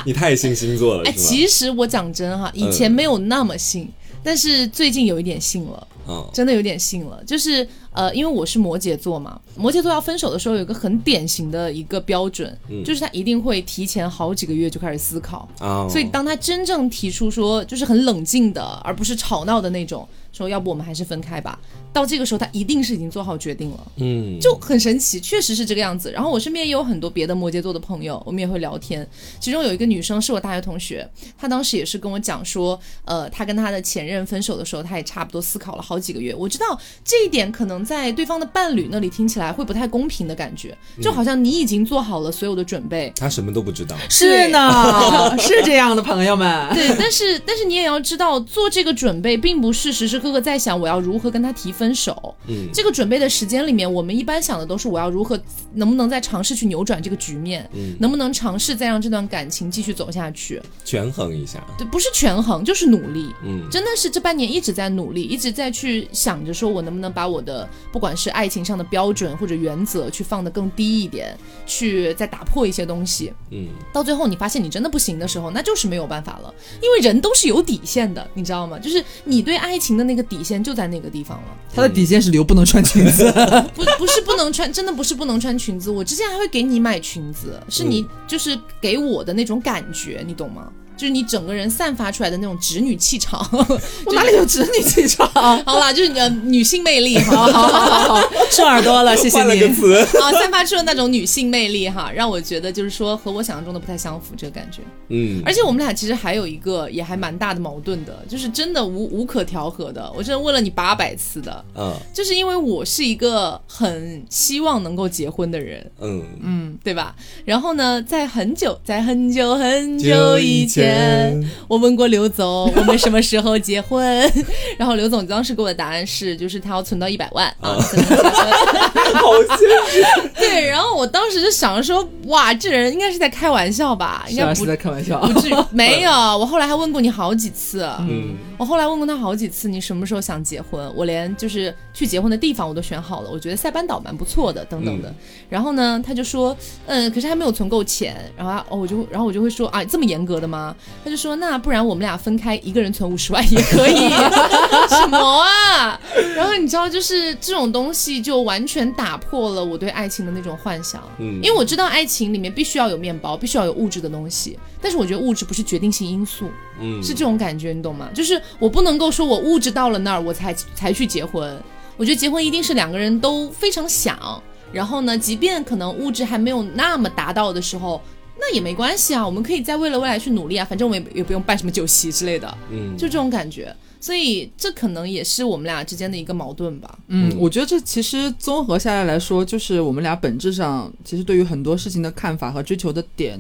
S2: 你太信星座了，
S1: 哎，
S2: 是吧？嗯
S1: 其实我讲真哈，以前没有那么信，但是最近有一点信了，
S2: 嗯，
S1: 真的有点信了。就是呃，因为我是摩羯座嘛，摩羯座要分手的时候有一个很典型的一个标准，
S2: 嗯
S1: 就是他一定会提前好几个月就开始思考。
S2: 啊、
S1: 所以，当他真正提出说，就是很冷静的，而不是吵闹的那种，说要不我们还是分开吧。到这个时候，他一定是已经做好决定了，
S2: 嗯，
S1: 就很神奇，确实是这个样子。然后我身边也有很多别的摩羯座的朋友，我们也会聊天。其中有一个女生是我大学同学，她当时也是跟我讲说，呃，她跟她的前任分手的时候，她也差不多思考了好几个月。我知道这一点可能在对方的伴侣那里听起来会不太公平的感觉，就好像你已经做好了所有的准备，
S2: 他什么都不知道。
S3: 是 呢，是这样的，朋友们。
S1: 对，但是但是你也要知道，做这个准备并不是时时刻刻在想我要如何跟他提分手。
S2: 嗯
S1: 这个准备的时间里面，我们一般想的都是我要如何，能不能再尝试去扭转这个局面，
S2: 嗯
S1: 能不能尝试再让这段感情继续走下去。
S2: 权衡一下。
S1: 对，不是权衡，就是努力。
S2: 嗯
S1: 真的是这半年一直在努力，一直在去想着说我能不能把我的不管是爱情上的标准或者原则去放得更低一点，去再打破一些东西。
S2: 嗯，
S1: 到最后你发现你真的不行的时候，那就是没有办法了，因为人都是有底线的，你知道吗？就是你对爱情的那个底线就在那个地方了。
S3: 他的底线是留不能穿裙子，
S1: 不不是不能穿，真的不是不能穿裙子。我之前还会给你买裙子，是你
S3: 嗯
S1: 就是给我的那种感觉，你懂吗？就是你整个人散发出来的那种直女气 场。
S3: 我哪里有直女气场？
S1: 好啦，就是你的女性魅力，好
S4: 好
S1: 好
S4: 好好，顺耳朵了，谢谢
S2: 换了个
S4: 你。
S2: 词，
S1: 啊，散发出了那种女性魅力哈，让我觉得就是说和我想象中的不太相符这个感觉。
S2: 嗯，
S1: 而且我们俩其实还有一个也还蛮大的矛盾的，就是真的无无可调和的。我真的问了你八百次的，
S2: 嗯
S1: 就是因为我是一个很希望能够结婚的人，
S2: 嗯，
S3: 嗯，
S1: 对吧？然后呢，在很久，在很久很久以前，我问过刘总，我们什么时候结婚？ 然后刘总当时给我的答案是，就是他要存到一百万啊，才能结婚。
S2: 好现实，
S1: 对，然后我当时就想说，哇，这人应该是在开玩笑 吧？应
S3: 是啊，
S1: 该
S3: 是
S1: 不嗯
S3: 在开玩笑。
S1: 不至于。没有，我后来还问过你好几次，
S2: 嗯
S1: 我后来问过他好几次，你什么时候想结婚？我连就是去结婚的地方我都选好了，我觉得塞班岛蛮不错的，等等的。
S2: 嗯
S1: 然后呢，他就说，嗯，可是还没有存够钱。然后他哦，我就然后我就会说啊，这么严格的吗？他就说，那不然我们俩分开，一个人存五十万也可以。 什么啊？然后你知道，就是这种东西就完全打破了我对爱情的那种幻想。
S2: 嗯
S1: 因为我知道爱情里面必须要有面包，必须要有物质的东西，但是我觉得物质不是决定性因素，
S2: 嗯
S1: 是这种感觉，你懂吗？就是我不能够说我物质到了那儿我才才去结婚，我觉得结婚一定是两个人都非常想，然后呢，即便可能物质还没有那么达到的时候。那也没关系啊，我们可以再为了未来去努力啊，反正我们也也不用办什么酒席之类的，
S2: 嗯
S1: 就这种感觉。所以这可能也是我们俩之间的一个矛盾吧。
S3: 嗯
S2: 嗯，
S3: 我觉得这其实综合下来来说，就是我们俩本质上其实对于很多事情的看法和追求的点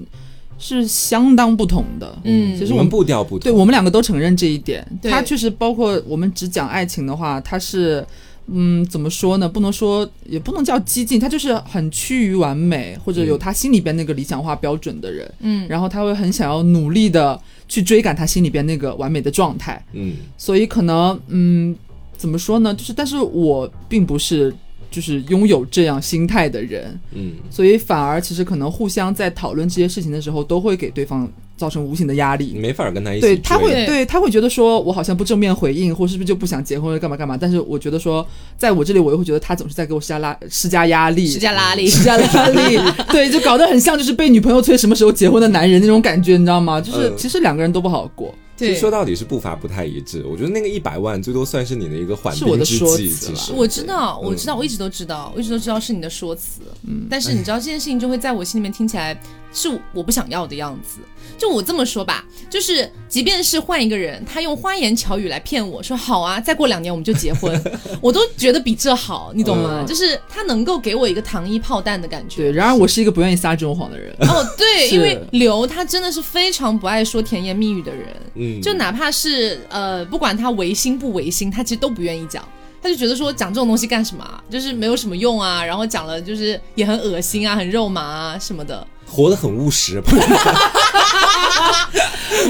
S3: 是相当不同的。
S1: 嗯
S3: 其实
S2: 我
S3: 我
S2: 们
S3: 们
S2: 步调不
S3: 对
S2: 同，
S3: 我们两个都承认这一点。
S1: 对
S3: 他确实包括我们只讲爱情的话，他是。嗯，怎么说呢？不能说，也不能叫激进，他就是很趋于完美，或者有
S2: 嗯
S3: 他心里边那个理想化标准的人，
S1: 嗯，
S3: 然后他会很想要努力的去追赶他心里边那个完美的状态。
S2: 嗯
S3: 所以可能，嗯，怎么说呢？就是，但是我并不是就是拥有这样心态的人，
S2: 嗯
S3: 所以反而其实可能互相在讨论这些事情的时候，都会给对方造成无形的压
S2: 你
S3: 力。
S2: 没法跟他一起
S3: 对
S2: 追，
S3: 他会，
S1: 对
S3: 对他会觉得说，我好像不正面回应，或是不是就不想结婚，干嘛干嘛。但是我觉得说，在我这里，我又会觉得他总是在给我施加拉施加压力，
S1: 施加拉力，
S3: 施 加 压力，对，就搞得很像就是被女朋友催什么时候结婚的男人那种感觉，你知道吗？就是
S2: 嗯
S3: 其实两个人都不好过。
S2: 其
S1: 对，
S2: 实说到底是步伐不太一致，我觉得那个一百万最多算是你的一个缓
S3: 是我
S2: 兵
S3: 的
S2: 之
S3: 说
S2: 计，
S3: 辞
S2: 其
S3: 啦
S2: 实
S1: 我知道，
S2: 嗯
S1: 我知道，我一直都知道，我一直都知道是你的说辞。
S3: 嗯
S1: 但是你知道这件事情就会在我心里面听起来是我不想要的样子。就我这么说吧，就是即便是换一个人，他用花言巧语来骗我说好啊，再过两年我们就结婚， 我都觉得比这好，你懂吗？
S3: 嗯
S1: 就是他能够给我一个糖衣炮弹的感觉。
S3: 对，然而我是一个不愿意撒这种谎的人。
S1: 哦，对，
S3: 是
S1: 因为刘他真的是非常不爱说甜言蜜语的人，
S2: 嗯，
S1: 就哪怕是呃，不管他违心不违心，他其实都不愿意讲。他就觉得说讲这种东西干什么啊，就是没有什么用啊，然后讲了就是也很恶心啊，很肉麻啊什么的。
S2: 活得很务实，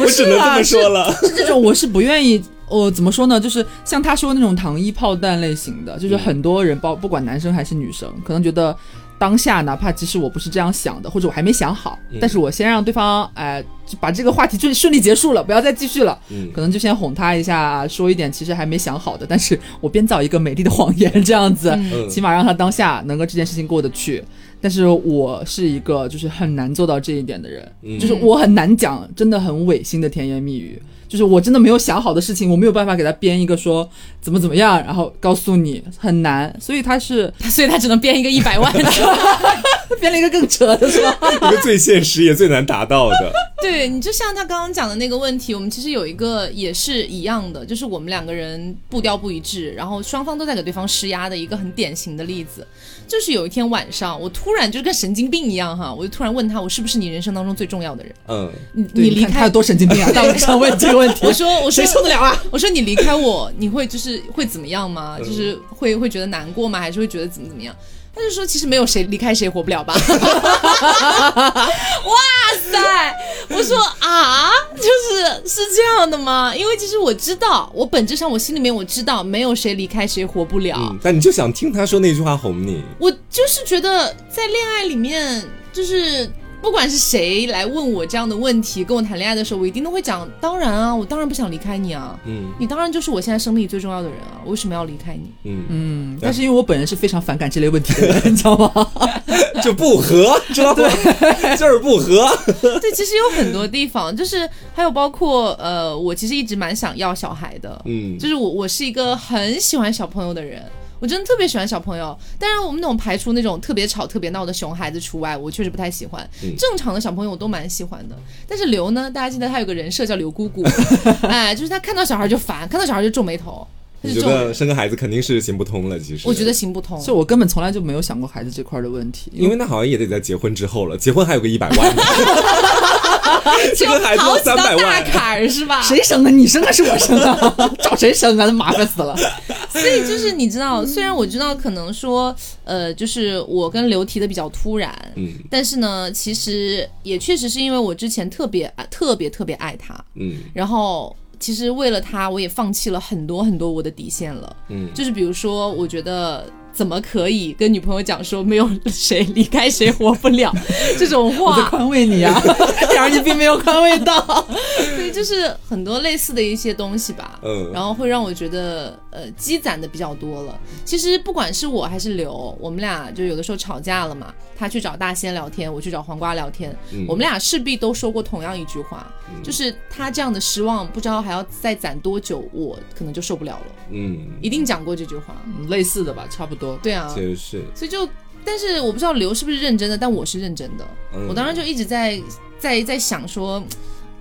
S2: 我只能
S1: 啊
S2: 这么说了。
S3: 啊是这种，我是不愿意。我、怎么说呢？就是像他说的那种糖衣炮弹类型的，
S2: 嗯
S3: 就是很多人包不管男生还是女生，可能觉得当下哪怕即使我不是这样想的，或者我还没想好，
S2: 嗯
S3: 但是我先让对方哎、就把这个话题顺顺利结束了，不要再继续了，
S2: 嗯
S3: 可能就先哄他一下，说一点其实还没想好的，但是我编造一个美丽的谎言这样子，
S2: 嗯
S3: 起码让他当下能够这件事情过得去。但是我是一个就是很难做到这一点的人，
S2: 嗯
S3: 就是我很难讲，真的很违心的甜言蜜语。就是我真的没有想好的事情，我没有办法给他编一个说怎么怎么样，然后告诉你很难，所以 他是
S1: 所以他只能编一个一百万的。
S3: 编了一个更扯的说，
S2: 一个最现实也最难达到的，
S1: 对你就像他刚刚讲的那个问题，我们其实有一个也是一样的，就是我们两个人步调不一致，然后双方都在给对方施压的一个很典型的例子。就是有一天晚上，我突然就跟神经病一样哈，我就突然问他，我是不是你人生当中最重要的人？
S2: 嗯
S1: 你
S3: 对
S1: 离
S3: 看他
S1: 开
S3: 有多神经病啊！大晚上问这个问 题，
S1: 我说，我说
S3: 谁受得了啊？
S1: 我说你离开我，你会就是会怎么样吗？就是会会觉得难过吗？还是会觉得怎么怎么样？他就说其实没有谁离开谁活不了吧。 哇塞！我说啊，就是是这样的吗？因为其实我知道，我本质上我心里面我知道，没有谁离开谁活不了。
S2: 嗯，但你就想听他说那句话哄你，
S1: 我就是觉得在恋爱里面，就是不管是谁来问我这样的问题，跟我谈恋爱的时候，我一定都会讲，当然啊，我当然不想离开你啊，
S2: 嗯
S1: 你当然就是我现在生命里最重要的人啊，我为什么要离开你？
S2: 嗯，
S3: 嗯，但是因为我本人是非常反感这类问题的人，你知 道吗？
S2: 就不合，知道吗？ 就是不合。
S1: 对，其实有很多地方， 就是还有包括呃，我其实一直蛮想要小孩的，
S2: 嗯
S1: 就是我我是一个很喜欢小朋友的人，我真的特别喜欢小朋友。当然，我们那种排除那种特别吵、特别闹的熊孩子除外，我确实不太喜欢。
S2: 嗯
S1: 正常的小朋友我都蛮喜欢的，但是刘呢，大家记得他有个人设叫刘姑 姑，哎，就是他看到小孩就烦，看到小孩就皱眉头，他
S2: 你
S1: 是
S2: 觉
S1: 这种人
S2: 得。生个孩子肯定是行不通了，其实
S1: 我觉得。行不通，
S3: 就我根本从来就没有想过孩子这块儿的问题，
S2: 因为那好像也得在结婚之后了，结婚还有个一百 万呢， 这个孩子
S1: 好
S2: 要
S1: 几道
S2: 三百
S1: 大
S2: 万，
S1: 坎儿是吧？
S3: 谁生啊？你生还是我生啊？ 找谁生啊？麻烦死了。
S1: 所以就是你知道，虽然我知道可能说，呃，就是我跟刘提的比较突然，
S2: 嗯
S1: 但是呢，其实也确实是因为我之前特别啊特别特别爱他，
S2: 嗯
S1: 然后其实为了他，我也放弃了很多很多我的底线了，
S2: 嗯，
S1: 就是比如说，我觉得。怎么可以跟女朋友讲说没有谁离开谁活不了这种
S3: 我在
S1: 话？
S3: 宽慰你啊， 然而你并没有宽慰到。
S1: 对，就是很多类似的一些东西吧，
S2: 嗯
S1: 然后会让我觉得呃积攒的比较多了。其实不管是我还是刘，我们俩就有的时候吵架了嘛，他去找大仙聊天，我去找黄瓜聊天，
S2: 嗯
S1: 我们俩势必都说过同样一句话，就是他这样的失望不知道还要再攒多久，我可能就受不了了，
S2: 嗯，
S1: 一定讲过这句话。
S3: 类似的吧，差不多。
S1: 对啊，
S2: 就是
S1: 所以就，但是我不知道刘是不是认真的，但我是认真的。
S2: 嗯
S1: 我当时就一直在在在想说，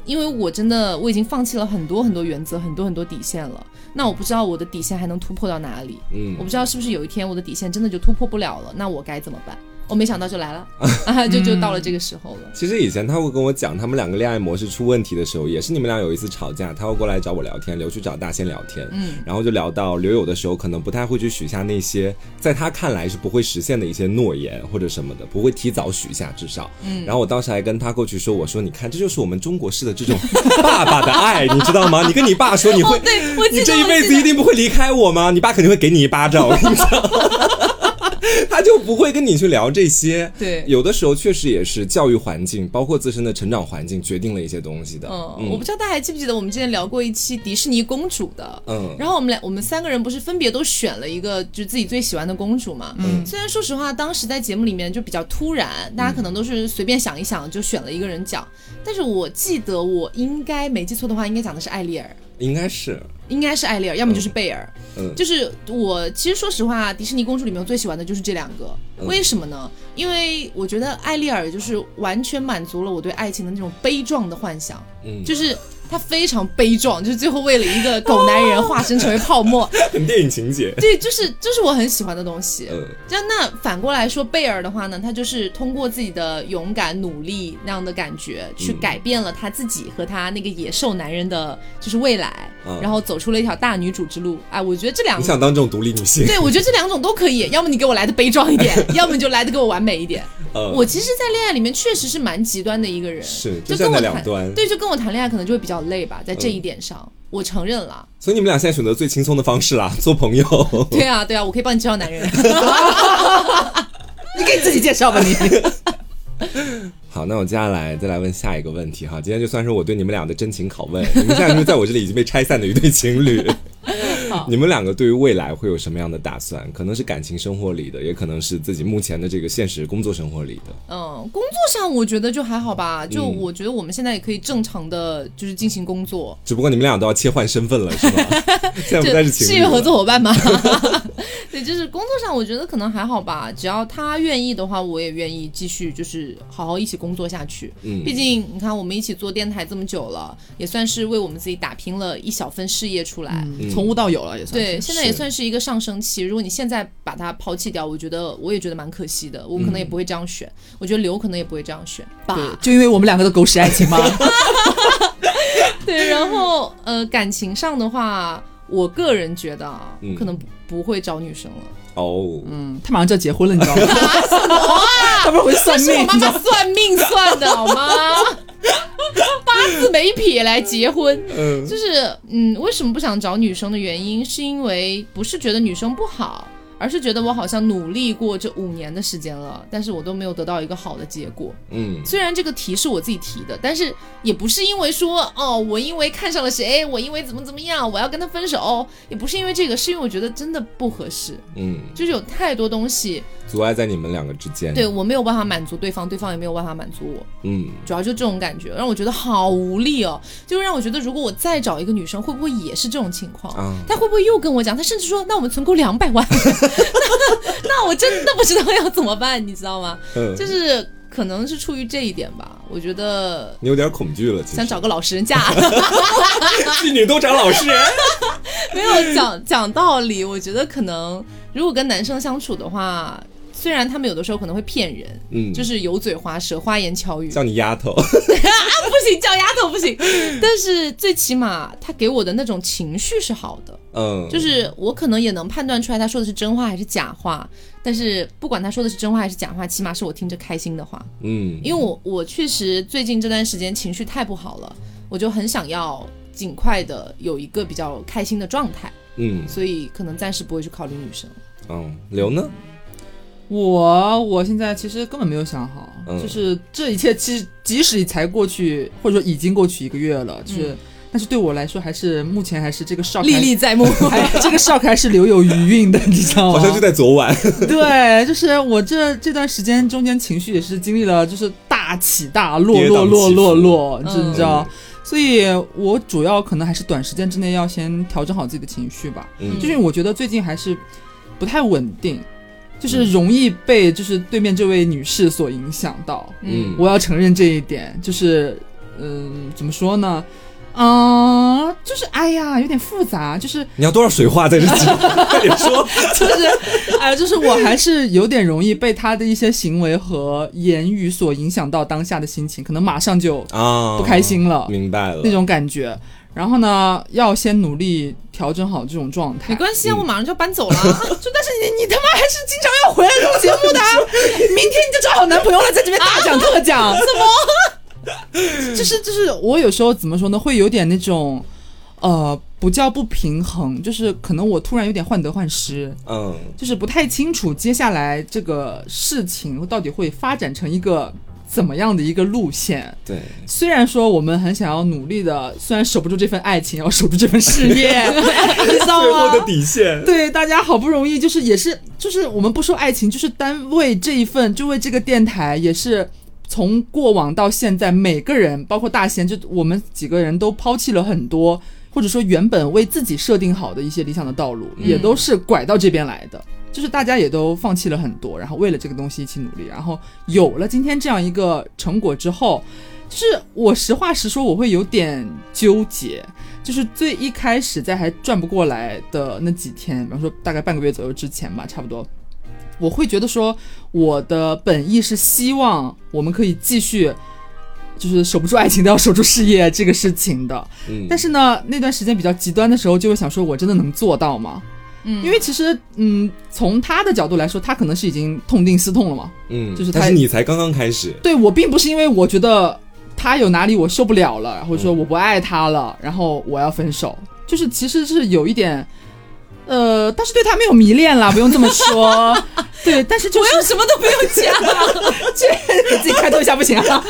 S1: 因为我真的我已经放弃了很多很多原则，很多很多底线了。那我不知道我的底线还能突破到哪里，
S2: 嗯
S1: 我不知道是不是有一天我的底线真的就突破不了了，那我该怎么办？我没想到就来了， 啊，就就到了这个时候了。
S2: 其实以前他会跟我讲，他们两个恋爱模式出问题的时候，也是你们俩有一次吵架，他会过来找我聊天，刘去找大仙聊天，
S1: 嗯，
S2: 然后就聊到刘有的时候可能不太会去许下那些在他看来是不会实现的一些诺言或者什么的，不会提早许下，至少。嗯。然后我当时还跟他过去说，我说你看，这就是我们中国式的这种爸爸的爱，你知道吗？你跟你爸说你会
S1: 哦，，对，我记
S2: 你
S1: 得
S2: 这一
S1: 我
S2: 辈
S1: 记
S2: 子
S1: 得
S2: 一定不会离开我吗？你爸肯定会给你一巴掌，我跟你讲。 他就不会跟你去聊这些，
S1: 对
S2: 有的时候确实也是教育环境，包括自身的成长环境决定了一些东西的。
S1: 嗯，我不知道大家还记不记得我们之前聊过一期迪士尼公主的，
S2: 嗯
S1: 然后我们俩我们三个人不是分别都选了一个就自己最喜欢的公主嘛，嗯，虽然说实话当时在节目里面就比较突然，大家可能都是随便想一想就选了一个人讲，但是我记得我应该没记错的话，应该讲的是艾丽尔。
S2: 应该是，
S1: 应该是艾丽尔，要么就是贝尔。
S2: 嗯
S1: 就是我其实说实话，迪士尼公主里面我最喜欢的就是这两个。
S2: 嗯
S1: 为什么呢？因为我觉得艾丽尔就是完全满足了我对爱情的那种悲壮的幻想。
S2: 嗯
S1: 就是她非常悲壮，就是最后为了一个狗男人化身成为泡沫。
S2: 很电影情节。
S1: 对，就是就是我很喜欢的东西。
S2: 嗯
S1: 这样那反过来说，贝尔的话呢，他就是通过自己的勇敢、努力那样的感觉，去
S2: 嗯
S1: 改变了他自己和他那个野兽男人的，就是未来，
S2: 嗯
S1: 然后走出了一条大女主之路。哎，我觉得这两
S2: 你想当这种独立女性？
S1: 对我觉得这两种都可以，要么你给我来的悲壮一 点，要么你就来的给我完美一点。
S2: 呃
S1: 我其实，在恋爱里面确实是蛮极端的一个人，
S2: 是
S1: 就跟
S2: 就站
S1: 我
S2: 在
S1: 谈
S2: 两端。嗯
S1: 对，就跟我谈恋爱可能就会比较累吧，在这一点上，我承认了。
S2: 所以你们俩现在选择最轻松的方式啦，做朋友。
S1: 对啊，对啊，我可以帮你介绍男人。
S3: 你给自己介绍吧，你。
S2: 好，那我接下来再来问下一个问题哈，今天就算是我对你们俩的真情拷问。你们现在就是在我这里已经被拆散的一对情侣，你们两个对于未来会有什么样的打算？可能是感情生活里的，也可能是自己目前的这个现实工作生活里的。
S1: 嗯，工作上我觉得就还好吧，就我觉得我们现在也可以正常的就是进行工 作，
S2: 只不过你们俩都要切换身份了，是 吗？现在不
S1: 就
S2: 再是
S1: 事
S2: 情侣
S1: 业
S2: 了。
S1: 合作伙伴嘛。 对，就是工作上我觉得可能还好吧，只要他愿意的话，我也愿意继续就是好好一起工作下去。
S2: 嗯
S1: 毕竟你看我们一起做电台这么久了，也算是为我们自己打拼了一小份事业出来。
S3: 从无到有了也算。
S1: 对，现在也算是一个上升期。如果你现在把它抛弃掉，我觉得我也觉得蛮可惜的。我可能也不会这样选，我觉得刘可能也不会这样选吧。
S3: 对，就因为我们两个的狗屎爱情嘛。
S1: 对，然后呃，感情上的话，我个人觉得啊，
S2: 嗯
S1: 可能不不会找女生了。
S2: 哦，
S3: 嗯，啊他马上就要结婚了，你 知道吗？他不是回去算
S1: 是我
S3: 命，
S1: 妈
S3: 你知
S1: 妈
S3: 道吗？
S1: 算命算的好吗？八字没撇来结婚，
S2: 嗯
S1: 就是嗯，为什么不想找女生的原因，是因为不是觉得女生不好，而是觉得我好像努力过这五年的时间了，但是我都没有得到一个好的结果。
S2: 嗯，
S1: 虽然这个题是我自己提的，但是也不是因为说哦，我因为看上了谁，我因为怎么怎么样，我要跟他分手，也不是因为这个，是因为我觉得真的不合适，
S2: 嗯，
S1: 就是有太多东西
S2: 阻碍在你们两个之间。
S1: 对，我没有办法满足对方，对方也没有办法满足我，
S2: 嗯，
S1: 主要就这种感觉，让我觉得好无力哦，就让我觉得如果我再找一个女生，会不会也是这种情况？
S2: 啊，
S1: 他会不会又跟我讲？他甚至说，那我们存够两百万，那那我真的不知道要怎么办，你知道吗？
S2: 嗯，
S1: 就是可能是出于这一点吧，我觉得
S2: 你有点恐惧了，其实
S1: 想找个老实人 嫁，
S2: 妓女都找 老实人。
S1: 没有讲讲道理。我觉得可能如果跟男生相处的话，虽然他们有的时候可能会骗人，
S2: 嗯，
S1: 就是油嘴滑舌、花言巧语，
S2: 叫你丫头。
S1: 不行叫丫头不行，但是最起码他给我的那种情绪是好的。
S2: 嗯，
S1: 就是我可能也能判断出来他说的是真话还是假话，但是不管他说的是真话还是假话，起码是我听着开心的话。
S2: 嗯，
S1: 因为我我确实最近这段时间情绪太不好了，我就很想要尽快的有一个比较开心的状态，
S2: 嗯
S1: 所以可能暂时不会去考虑女生。
S2: 嗯，刘呢？
S3: 我我现在其实根本没有想好，
S2: 嗯
S3: 就是这一切其实即使才过去，或者说已经过去一个月了，就是、但是对我来说还是目前还是这个 shock
S1: 历
S3: 还
S1: 历 在目，
S3: 还 这个 shock 还是留有余韵的，你知道
S2: 好
S3: 吗？
S2: 像就在昨晚。
S3: 嗯 对，就是我这这段时间中间情绪也是经历了，就是大起大落，
S2: 跌宕
S3: 落落
S2: 起伏
S3: 落落，你知
S1: 嗯
S3: 你知道？所以我主要可能还是短时间之内要先调整好自己的情绪吧，
S2: 嗯
S3: 就是我觉得最近还是不太稳定，就是
S2: 嗯
S3: 容易被就是对面这位女士所影响到。
S2: 嗯
S3: 我要承认这一点，就是嗯，怎么说呢？嗯、就是哎呀，有点复杂，就是
S2: 你要多少水话在这里？ 快点说。
S3: 就是，哎，就是 我还是有点容易被他的一些行为和言语所影响到当下的心情，可能马上就
S2: 啊，
S3: 不开心了、
S2: 明白了。
S3: 那种感觉。然后呢，要先努力调整好这种状态
S1: 没。关系啊，我马上就要搬走了啊。 就但是你你他妈还是经常要回来录节目的 啊，
S3: 明天你就找好男朋友了，在这边大讲特讲，怎么？就是就是，我有时候怎么说呢，会有点那种，呃，不叫不平衡，就是可能我突然有点患得患失。
S2: 嗯
S3: 就是不太清楚接下来这个事情到底会发展成一个怎么样的一个路线。
S2: 对，
S3: 虽然说我们很想要努力的，虽然守不住这份爱情，要守住这份事 业，你知道
S2: 最后的
S3: 吗？
S2: 底线。
S3: 对，大家好不容易就是也是就是我们不说爱情，就是单为这一份，就为这个电台也是。从过往到现在，每个人，包括大仙，就我们几个人都抛弃了很多，或者说原本为自己设定好的一些理想的道路，也都是拐到这边来的。就是大家也都放弃了很多，然后为了这个东西一起努力，然后有了今天这样一个成果之后，就是我实话实说，我会有点纠结。就是最一开始在还转不过来的那几天，比方说大概半个月左右之前吧，差不多，我会觉得说我的本意是希望我们可以继续。就是守不住爱情都要守住事业这个事情的，
S2: 嗯，
S3: 但是呢，那段时间比较极端的时候，就会想说，我真的能做到吗？
S1: 嗯
S3: 因为其实，嗯，从他的角度来说，他可能是已经痛定思痛了嘛。
S2: 嗯，
S3: 就是他
S2: 但是你才刚刚开始。
S3: 对我并不是因为我觉得他有哪里我受不了了，或者说我不爱他了，然后我要分手，就是其实是有一点，呃，但是对他没有迷恋啦，不用这么说。对，但是就是
S1: 我又什么都不用讲，
S3: 这自己开脱一下不行啊，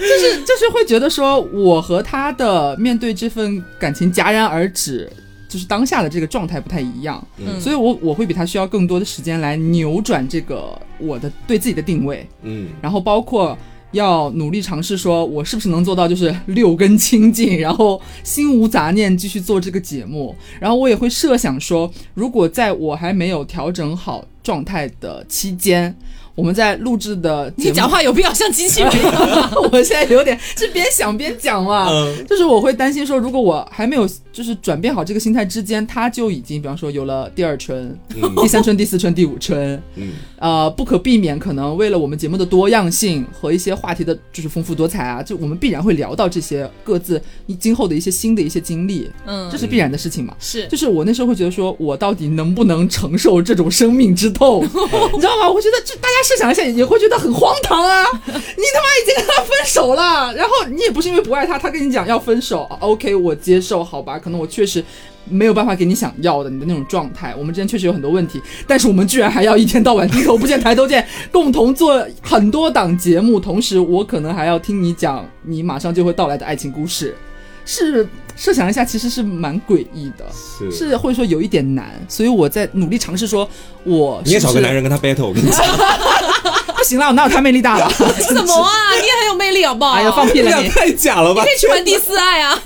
S3: 就是就是会觉得说我和他的面对这份感情戛然而止，就是当下的这个状态不太一样。
S2: 嗯
S3: 所以我我会比他需要更多的时间来扭转这个我的对自己的定位，
S2: 嗯
S3: 然后包括要努力尝试说我是不是能做到就是六根清净，然后心无杂念继续做这个节目。然后我也会设想说，如果在我还没有调整好状态的期间，我们在录制的 节
S1: 你
S3: 目，
S1: 讲话有必要像机器人一样。
S3: 我现在有点是边想边讲嘛、
S1: 呃
S2: 嗯
S3: 就是我会担心说，如果我还没有就是转变好这个心态之间，他就已经比方说有了第二春、
S1: 嗯
S3: 第三春、第四春、第五春，
S2: 嗯
S3: 呃，不可避免，可能为了我们节目的多样性和一些话题的就是丰富多彩啊，就我们必然会聊到这些各自今后的一些新的一些经历，
S1: 嗯
S3: 这，是必然的事情嘛。
S1: 是
S3: 就是我那时候会觉得说，我到底能不能承受这种生命之痛，你知道吗？我觉得这大家设想一下，也会觉得很荒唐啊！你他妈已经跟他分手了，然后你也不是因为不爱他，他跟你讲要分手啊，OK，我接受，好吧，可能我确实没有办法给你想要的你的那种状态，我们之间确实有很多问题，但是我们居然还要一天到晚低头不见抬头见，共同做很多档节目，同时我可能还要听你讲你马上就会到来的爱情故事，是设想一下，其实是蛮诡异的。
S2: 是
S3: 是会说有一点难，所以我在努力尝试说，我
S2: 你也
S3: 是
S2: 找
S3: 不
S2: 个
S3: 是
S2: 男人跟他 battle，我跟你讲，
S3: 不行了，我哪 有他魅力大 了？
S1: 什么啊？你也很有魅力，好不好？
S3: 哎呀，放屁
S2: 这
S3: 了
S2: 样
S3: 你！
S2: 太假了吧
S1: 可？以去玩第四爱 啊！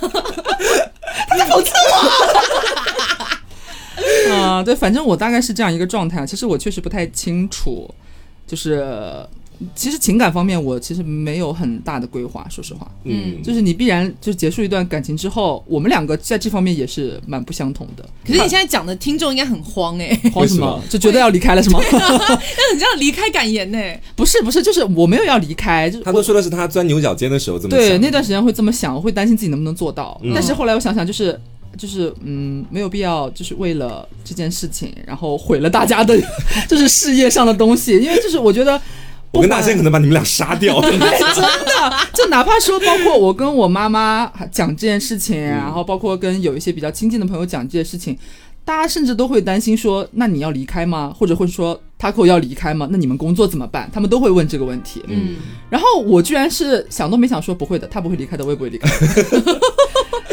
S3: 啊、对，反正我大概是这样一个状态。其实我确实不太清楚，就是其实情感方面我其实没有很大的规划，说实话。
S2: 嗯，
S3: 就是你必然就结束一段感情之后，我们两个在这方面也是蛮不相同的。
S1: 可是你现在讲的听众应该很慌哎、
S3: 慌 什
S2: 为什
S3: 么
S2: 么？
S3: 就觉得要离开了是吗？
S1: 那很像离开感 言呢、
S3: 不是不是，就是我没有要离开，就是
S2: 他都说的是他钻牛角尖的时候这么
S3: 对
S2: 想
S3: 那段时间会这么想，会担心自己能不能做到。
S2: 嗯
S3: 但是后来我想想，就是就是嗯，没有必要，就是为了这件事情，然后毁了大家的 就是事业上的东西，因为就是我觉得。
S2: 我跟大仙可能把你们俩杀掉。
S3: 真的，就哪怕说，包括我跟我妈妈讲这件事情，然后包括跟有一些比较亲近的朋友讲这件事情，大家甚至都会担心说，那你要离开吗？或者会说他跟我要离开吗？那你们工作怎么办？他们都会问这个问题。
S2: 嗯，
S3: 然后我居然是想都没想说不会的，他不会离开的，我也不会离开。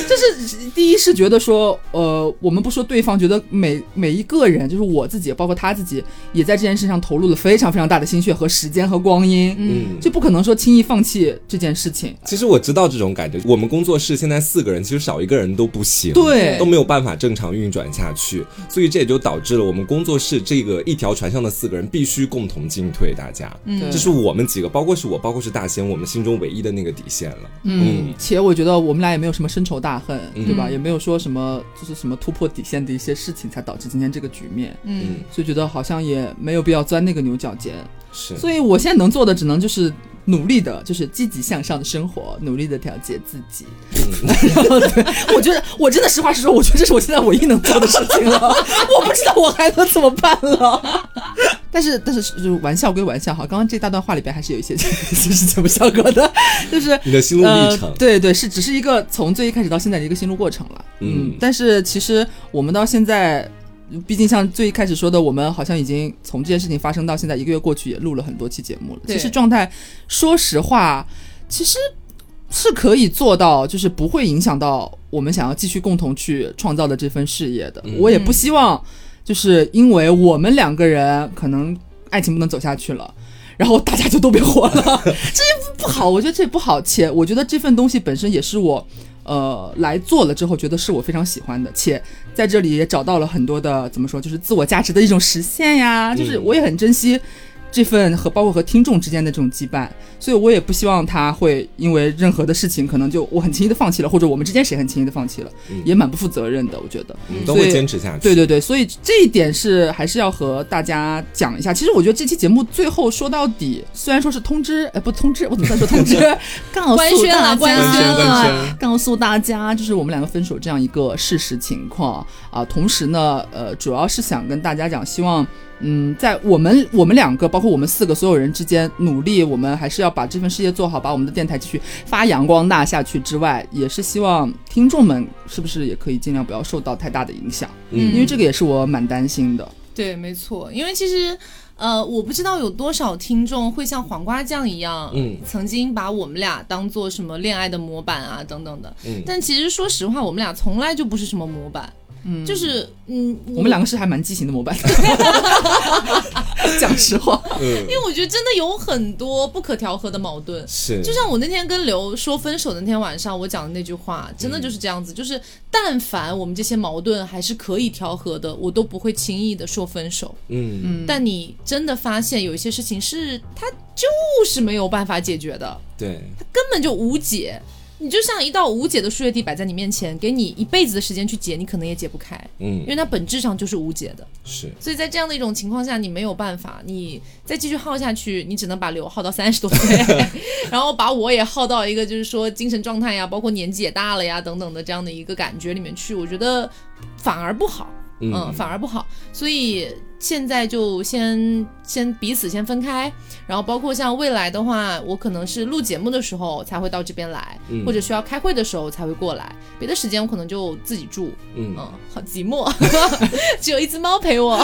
S3: 就是第一是觉得说，呃，我们不说对方，觉得每每一个人，就是我自己，包括他自己，也在这件事上投入了非常非常大的心血和时间和光阴。
S2: 嗯
S3: 就不可能说轻易放弃这件事情。
S2: 其实我知道这种感觉，我们工作室现在四个人，其实少一个人都不行，
S3: 对
S2: 都没有办法正常运转下去，所以这也就导致了我们工作室这个一条船上的四个人必须共同进退，大家，
S1: 嗯
S3: 对
S2: 这是我们几个，包括是我，包括是大仙，我们心中唯一的那个底线了。
S3: 嗯，且我觉得我们俩也没有什么深仇大恨，
S2: 嗯
S3: 对吧？也没有说什么就是什么突破底线的一些事情，才导致今天这个局面。
S1: 嗯，
S3: 所以觉得好像也没有必要钻那个牛角尖。
S2: 是，
S3: 所以我现在能做的，只能就是努力的，就是积极向上的生活，努力的调节自己。对 我觉得，我真的实话实说，我觉得这是我现在唯一能做的事情了。我不知道我还能怎么办了。但是，但是，就是玩笑归玩笑哈，刚刚这大段话里边还是有一些 就是怎么效果的，就是
S2: 你的心路历程
S3: 呃、对对，是只是一个从最一开始到现在的一个心路过程了。
S2: 嗯
S3: 但是其实我们到现在，毕竟像最一开始说的，我们好像已经从这件事情发生到现在一个月过去，也录了很多期节目了。
S1: 对
S3: 其实状态，说实话，其实是可以做到，就是不会影响到我们想要继续共同去创造的这份事业的。
S2: 嗯
S3: 我也不希望，就是因为我们两个人可能爱情不能走下去了。然后大家就都别活了，这不好，我觉得这不好，且我觉得这份东西本身也是我，呃，来做了之后觉得是我非常喜欢的，且在这里也找到了很多的怎么说，就是自我价值的一种实现呀，就是
S2: 嗯
S3: 我也很珍惜这份和包括和听众之间的这种羁绊，所以我也不希望他会因为任何的事情，可能就我很轻易的放弃了，或者我们之间谁很轻易的放弃了，
S2: 嗯
S3: 也蛮不负责任的，我觉得。
S2: 我们嗯都会
S3: 所以
S2: 坚持下去。
S3: 对对对，所以这一点是还是要和大家讲一下。其实我觉得这期节目最后说到底，虽然说是通知，呃，不通知，我怎么在说 通知？告
S1: 官
S3: 诉
S1: 宣了
S3: 大
S1: 官
S2: 官
S1: 宣
S2: 宣
S3: 家，
S2: 官宣，
S3: 告诉大家，就是我们两个分手这样一个事实情况啊。同时呢，呃，主要是想跟大家讲，希望。嗯，在我们我们两个，包括我们四个所有人之间努力，我们还是要把这份事业做好，把我们的电台继续发扬光大下去之外，也是希望听众们是不是也可以尽量不要受到太大的影响。
S2: 嗯
S3: 因为这个也是我蛮担心的。
S1: 对，没错，因为其实。呃，我不知道有多少听众会像黄瓜酱一样，
S2: 嗯
S1: 曾经把我们俩当做什么恋爱的模板啊等等的。
S2: 嗯
S1: 但其实说实话，我们俩从来就不是什么模板，嗯，就是嗯，
S3: 我们两个是还蛮畸形的模板， 讲实话，
S2: 嗯
S1: 因为我觉得真的有很多不可调和的矛盾，
S2: 是，
S1: 就像我那天跟刘说分手的那天晚上，我讲的那句话，真的就是这样子，就是但凡我们这些矛盾还是可以调和的，我都不会轻易的说分手。
S2: 嗯
S1: 但你真的发现有一些事情是它就是没有办法解决的，
S2: 对，
S1: 它根本就无解。你就像一道无解的数学题摆在你面前，给你一辈子的时间去解，你可能也解不开，
S2: 嗯
S1: 因为它本质上就是无解的。
S2: 是。
S1: 所以在这样的一种情况下，你没有办法，你再继续耗下去，你只能把刘耗到三十多 岁，然后把我也耗到一个就是说精神状态呀，包括年纪也大了呀等等的这呃样的一个感觉里面去，我觉得反而不好，
S2: 嗯
S1: 反而不好。所以现在就先先彼此先分开，然后包括像未来的话，我可能是录节目的时候才会到这边来，
S2: 嗯
S1: 或者需要开会的时候才会过来，别的时间我可能就自己住，
S2: 嗯
S1: 嗯，好寂寞， 只有一只猫陪我，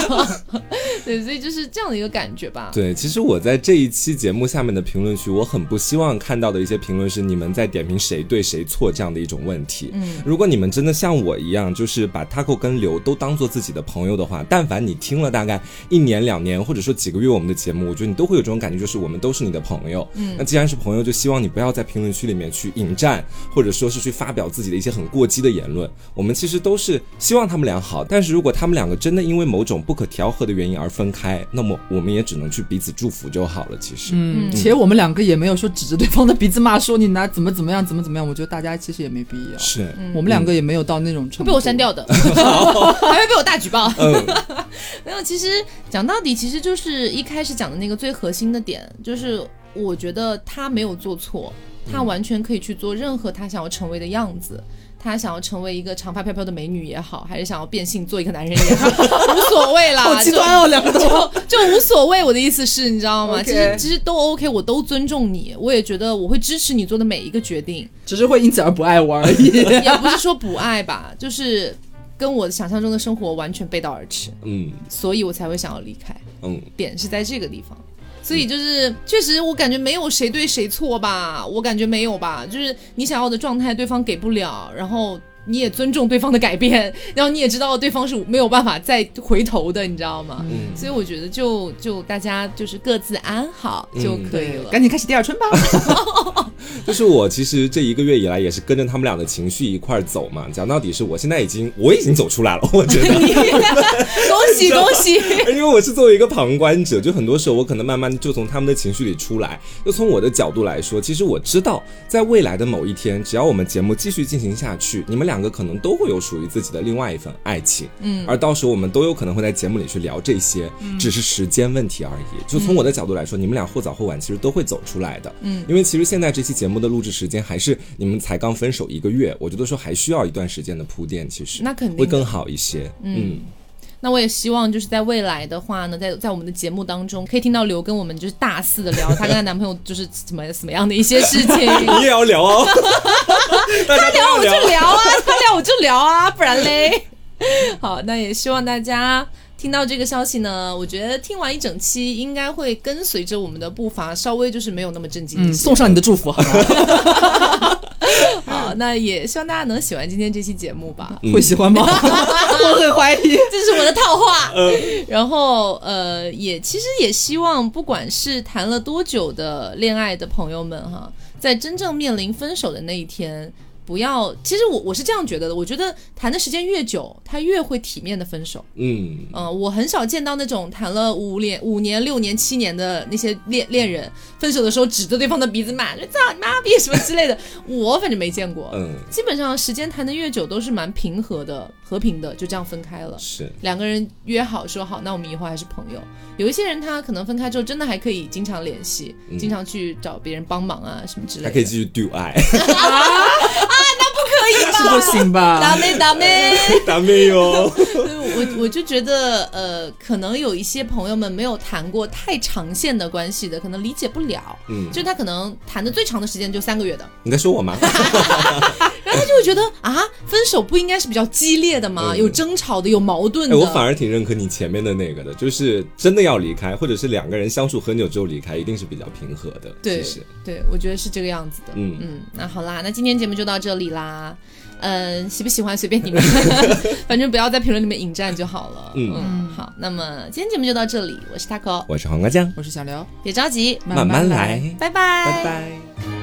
S1: 对，所以就是这样的一个感觉吧。
S2: 对，其实我在这一期节目下面的评论区，我很不希望看到的一些评论是你们在点评谁对谁错这样的一种问题。嗯，如果你们真的像我一样，就是把 Taco 跟刘都当做自己的朋友的话，但凡你听了大概一年、两年，或者说几个月我们的节目，我觉得你都会有这种感觉，就是我们都是你的朋友。嗯，那既然是朋友，就希望你不要在评论区里面去引战，或者说是去发表自己的一些很过激的言论。我们其实都是希望他们俩好，但是如果他们两个真的因为某种不可调和的原因而分开，那么我们也只能去彼此祝福就好了。其实，
S3: 嗯，且我们两个也没有说指着对方的鼻子骂，说你拿怎么怎么样，怎么怎么样。我觉得大家其实也没必要，
S2: 是，
S3: 我们两个也没有到那种
S1: 会
S3: 程
S1: 被
S3: 度。
S1: 我删掉 的，还会被我大举报。
S2: 嗯，
S1: 没有，其实讲到底，其实就是一开始讲的那个最核心的点，就是我觉得他没有做错，他
S3: 嗯
S1: 完全可以去做任何他想要成为的样子。他想要成为一个长发飘飘的美女也好，还是想要变性做一个男人也好，无所谓啦。
S3: 好极端哦，两个都。
S1: 就就无所谓。我的意思是，你知道吗
S3: OK
S1: 其实其实都 OK，我都尊重你，我也觉得我会支持你做的每一个决 定。
S3: 只是会因此而不爱我而已。
S1: 也不是说不爱吧，就是跟我想象中的生活完全背道而驰，
S2: 嗯，
S1: 所以我才会想要离开。
S2: 嗯，
S1: 点是在这个地方。所以就是，确实我感觉没有谁对谁错吧，我感觉没有吧，就是你想要的状态对方给不了，然后你也尊重对方的改变， 然后你也知道对方是没有办法再回头的，你知道吗？
S2: 嗯
S1: 所以我觉得就就大家就是各自安好就
S2: 嗯
S1: 可以了。
S3: 赶紧开始第二春吧。
S2: 就是我其实这一个月以来也是跟着他们俩的情绪一块儿走嘛。讲到底是我现在已经我已经走出来了，我觉得。
S1: 恭 喜恭喜！
S2: 因为我是作为一个旁观者，就很多时候我可能慢慢就从他们的情绪里出来。就从我的角度来说，其实我知道，在未来的某一天，只要我们节目继续进行下去，你们两个可能都会有属于自己的另外一份爱情。嗯，而到时候我们都有可能会在节目里去聊这些，
S1: 嗯
S2: 只是时间问题而已。就从我的角度来说，你们俩或早或晚其实都会走出来的。嗯，因为其实现在这期节目的录制时间还是你们才刚分手一个月，我觉得说还需要一段时间的铺垫，其实
S1: 那肯定
S2: 会
S1: 的
S2: 更好一些。嗯
S1: 那我也希望就是在未来的话呢，在在我们的节目当中，可以听到刘跟我们就是大肆的聊她跟她男朋友就是怎么怎么样的一些事情。
S2: 你也要 聊哦，大家都
S1: 他聊
S2: 要
S1: 我就
S2: 聊。
S1: 聊啊，他聊我就聊啊，不然嘞。 好，那也希望大家听到这个消息呢，我觉得听完一整期应该会跟随着我们的步伐，稍微就是没有那么震惊一
S3: 嗯，
S1: 些。
S3: 送上你的祝福，好吗？
S1: 好，那也希望大家能喜欢今天这期节目吧。
S3: 会喜欢吗？我很怀疑。
S1: 这是我的套话。 然后呃，也其实也希望，不管是谈了多久的恋爱的朋友们哈，在真正面临分手的那一天。不要，其实我我是这样觉得的，我觉得谈的时间越久，他越会体面的分手。
S2: 嗯，
S1: 嗯、我很少见到那种谈了五年、五年、六年、七年的那些恋恋人，分手的时候指着对方的鼻子骂，就操你妈逼什么之类的， 我反正没见过。
S2: 嗯，
S1: 基本上时间谈的越久，都是蛮平和的、和平的，就这样分开了。
S2: 是，
S1: 两个人约好说好，那我们以后还是朋友。有一些人他可能分开之后真的还可以经常联系，经常去找别人帮忙啊什么之类
S2: 嗯还
S1: 的。
S2: 可以继续哎 do 爱，
S3: 是 不 行吧？
S1: 打咩打咩，
S2: 达妹哟。
S1: 所以我我就觉得，呃，可能有一些朋友们没有谈过太长线的关系的，可能理解不了。
S2: 嗯
S1: 就是他可能谈的最长的时间就三个月的，
S2: 你在说我 吗？
S1: 然后他就会觉得啊，分手不应该是比较激烈的吗？
S2: 嗯
S1: 有争吵的，有矛盾
S2: 哎，
S1: 的。
S2: 我反而挺认可你前面的那个的，就是真的要离开，或者是两个人相处很久之后离开，一定是比较平和的。
S1: 对
S2: 其实，
S1: 对，我觉得是这个样子的。
S2: 嗯
S1: 嗯，那好啦，那今天节目就到这里啦。嗯，喜不喜欢随便你们， 反正不要在评论里面引战就好了。
S2: 嗯
S1: 好，那么今天节目就到这里，我是 taco，
S2: 我是黄瓜酱，
S3: 我是小刘，
S1: 别着急，
S2: 慢慢来，
S1: 拜拜
S2: 拜拜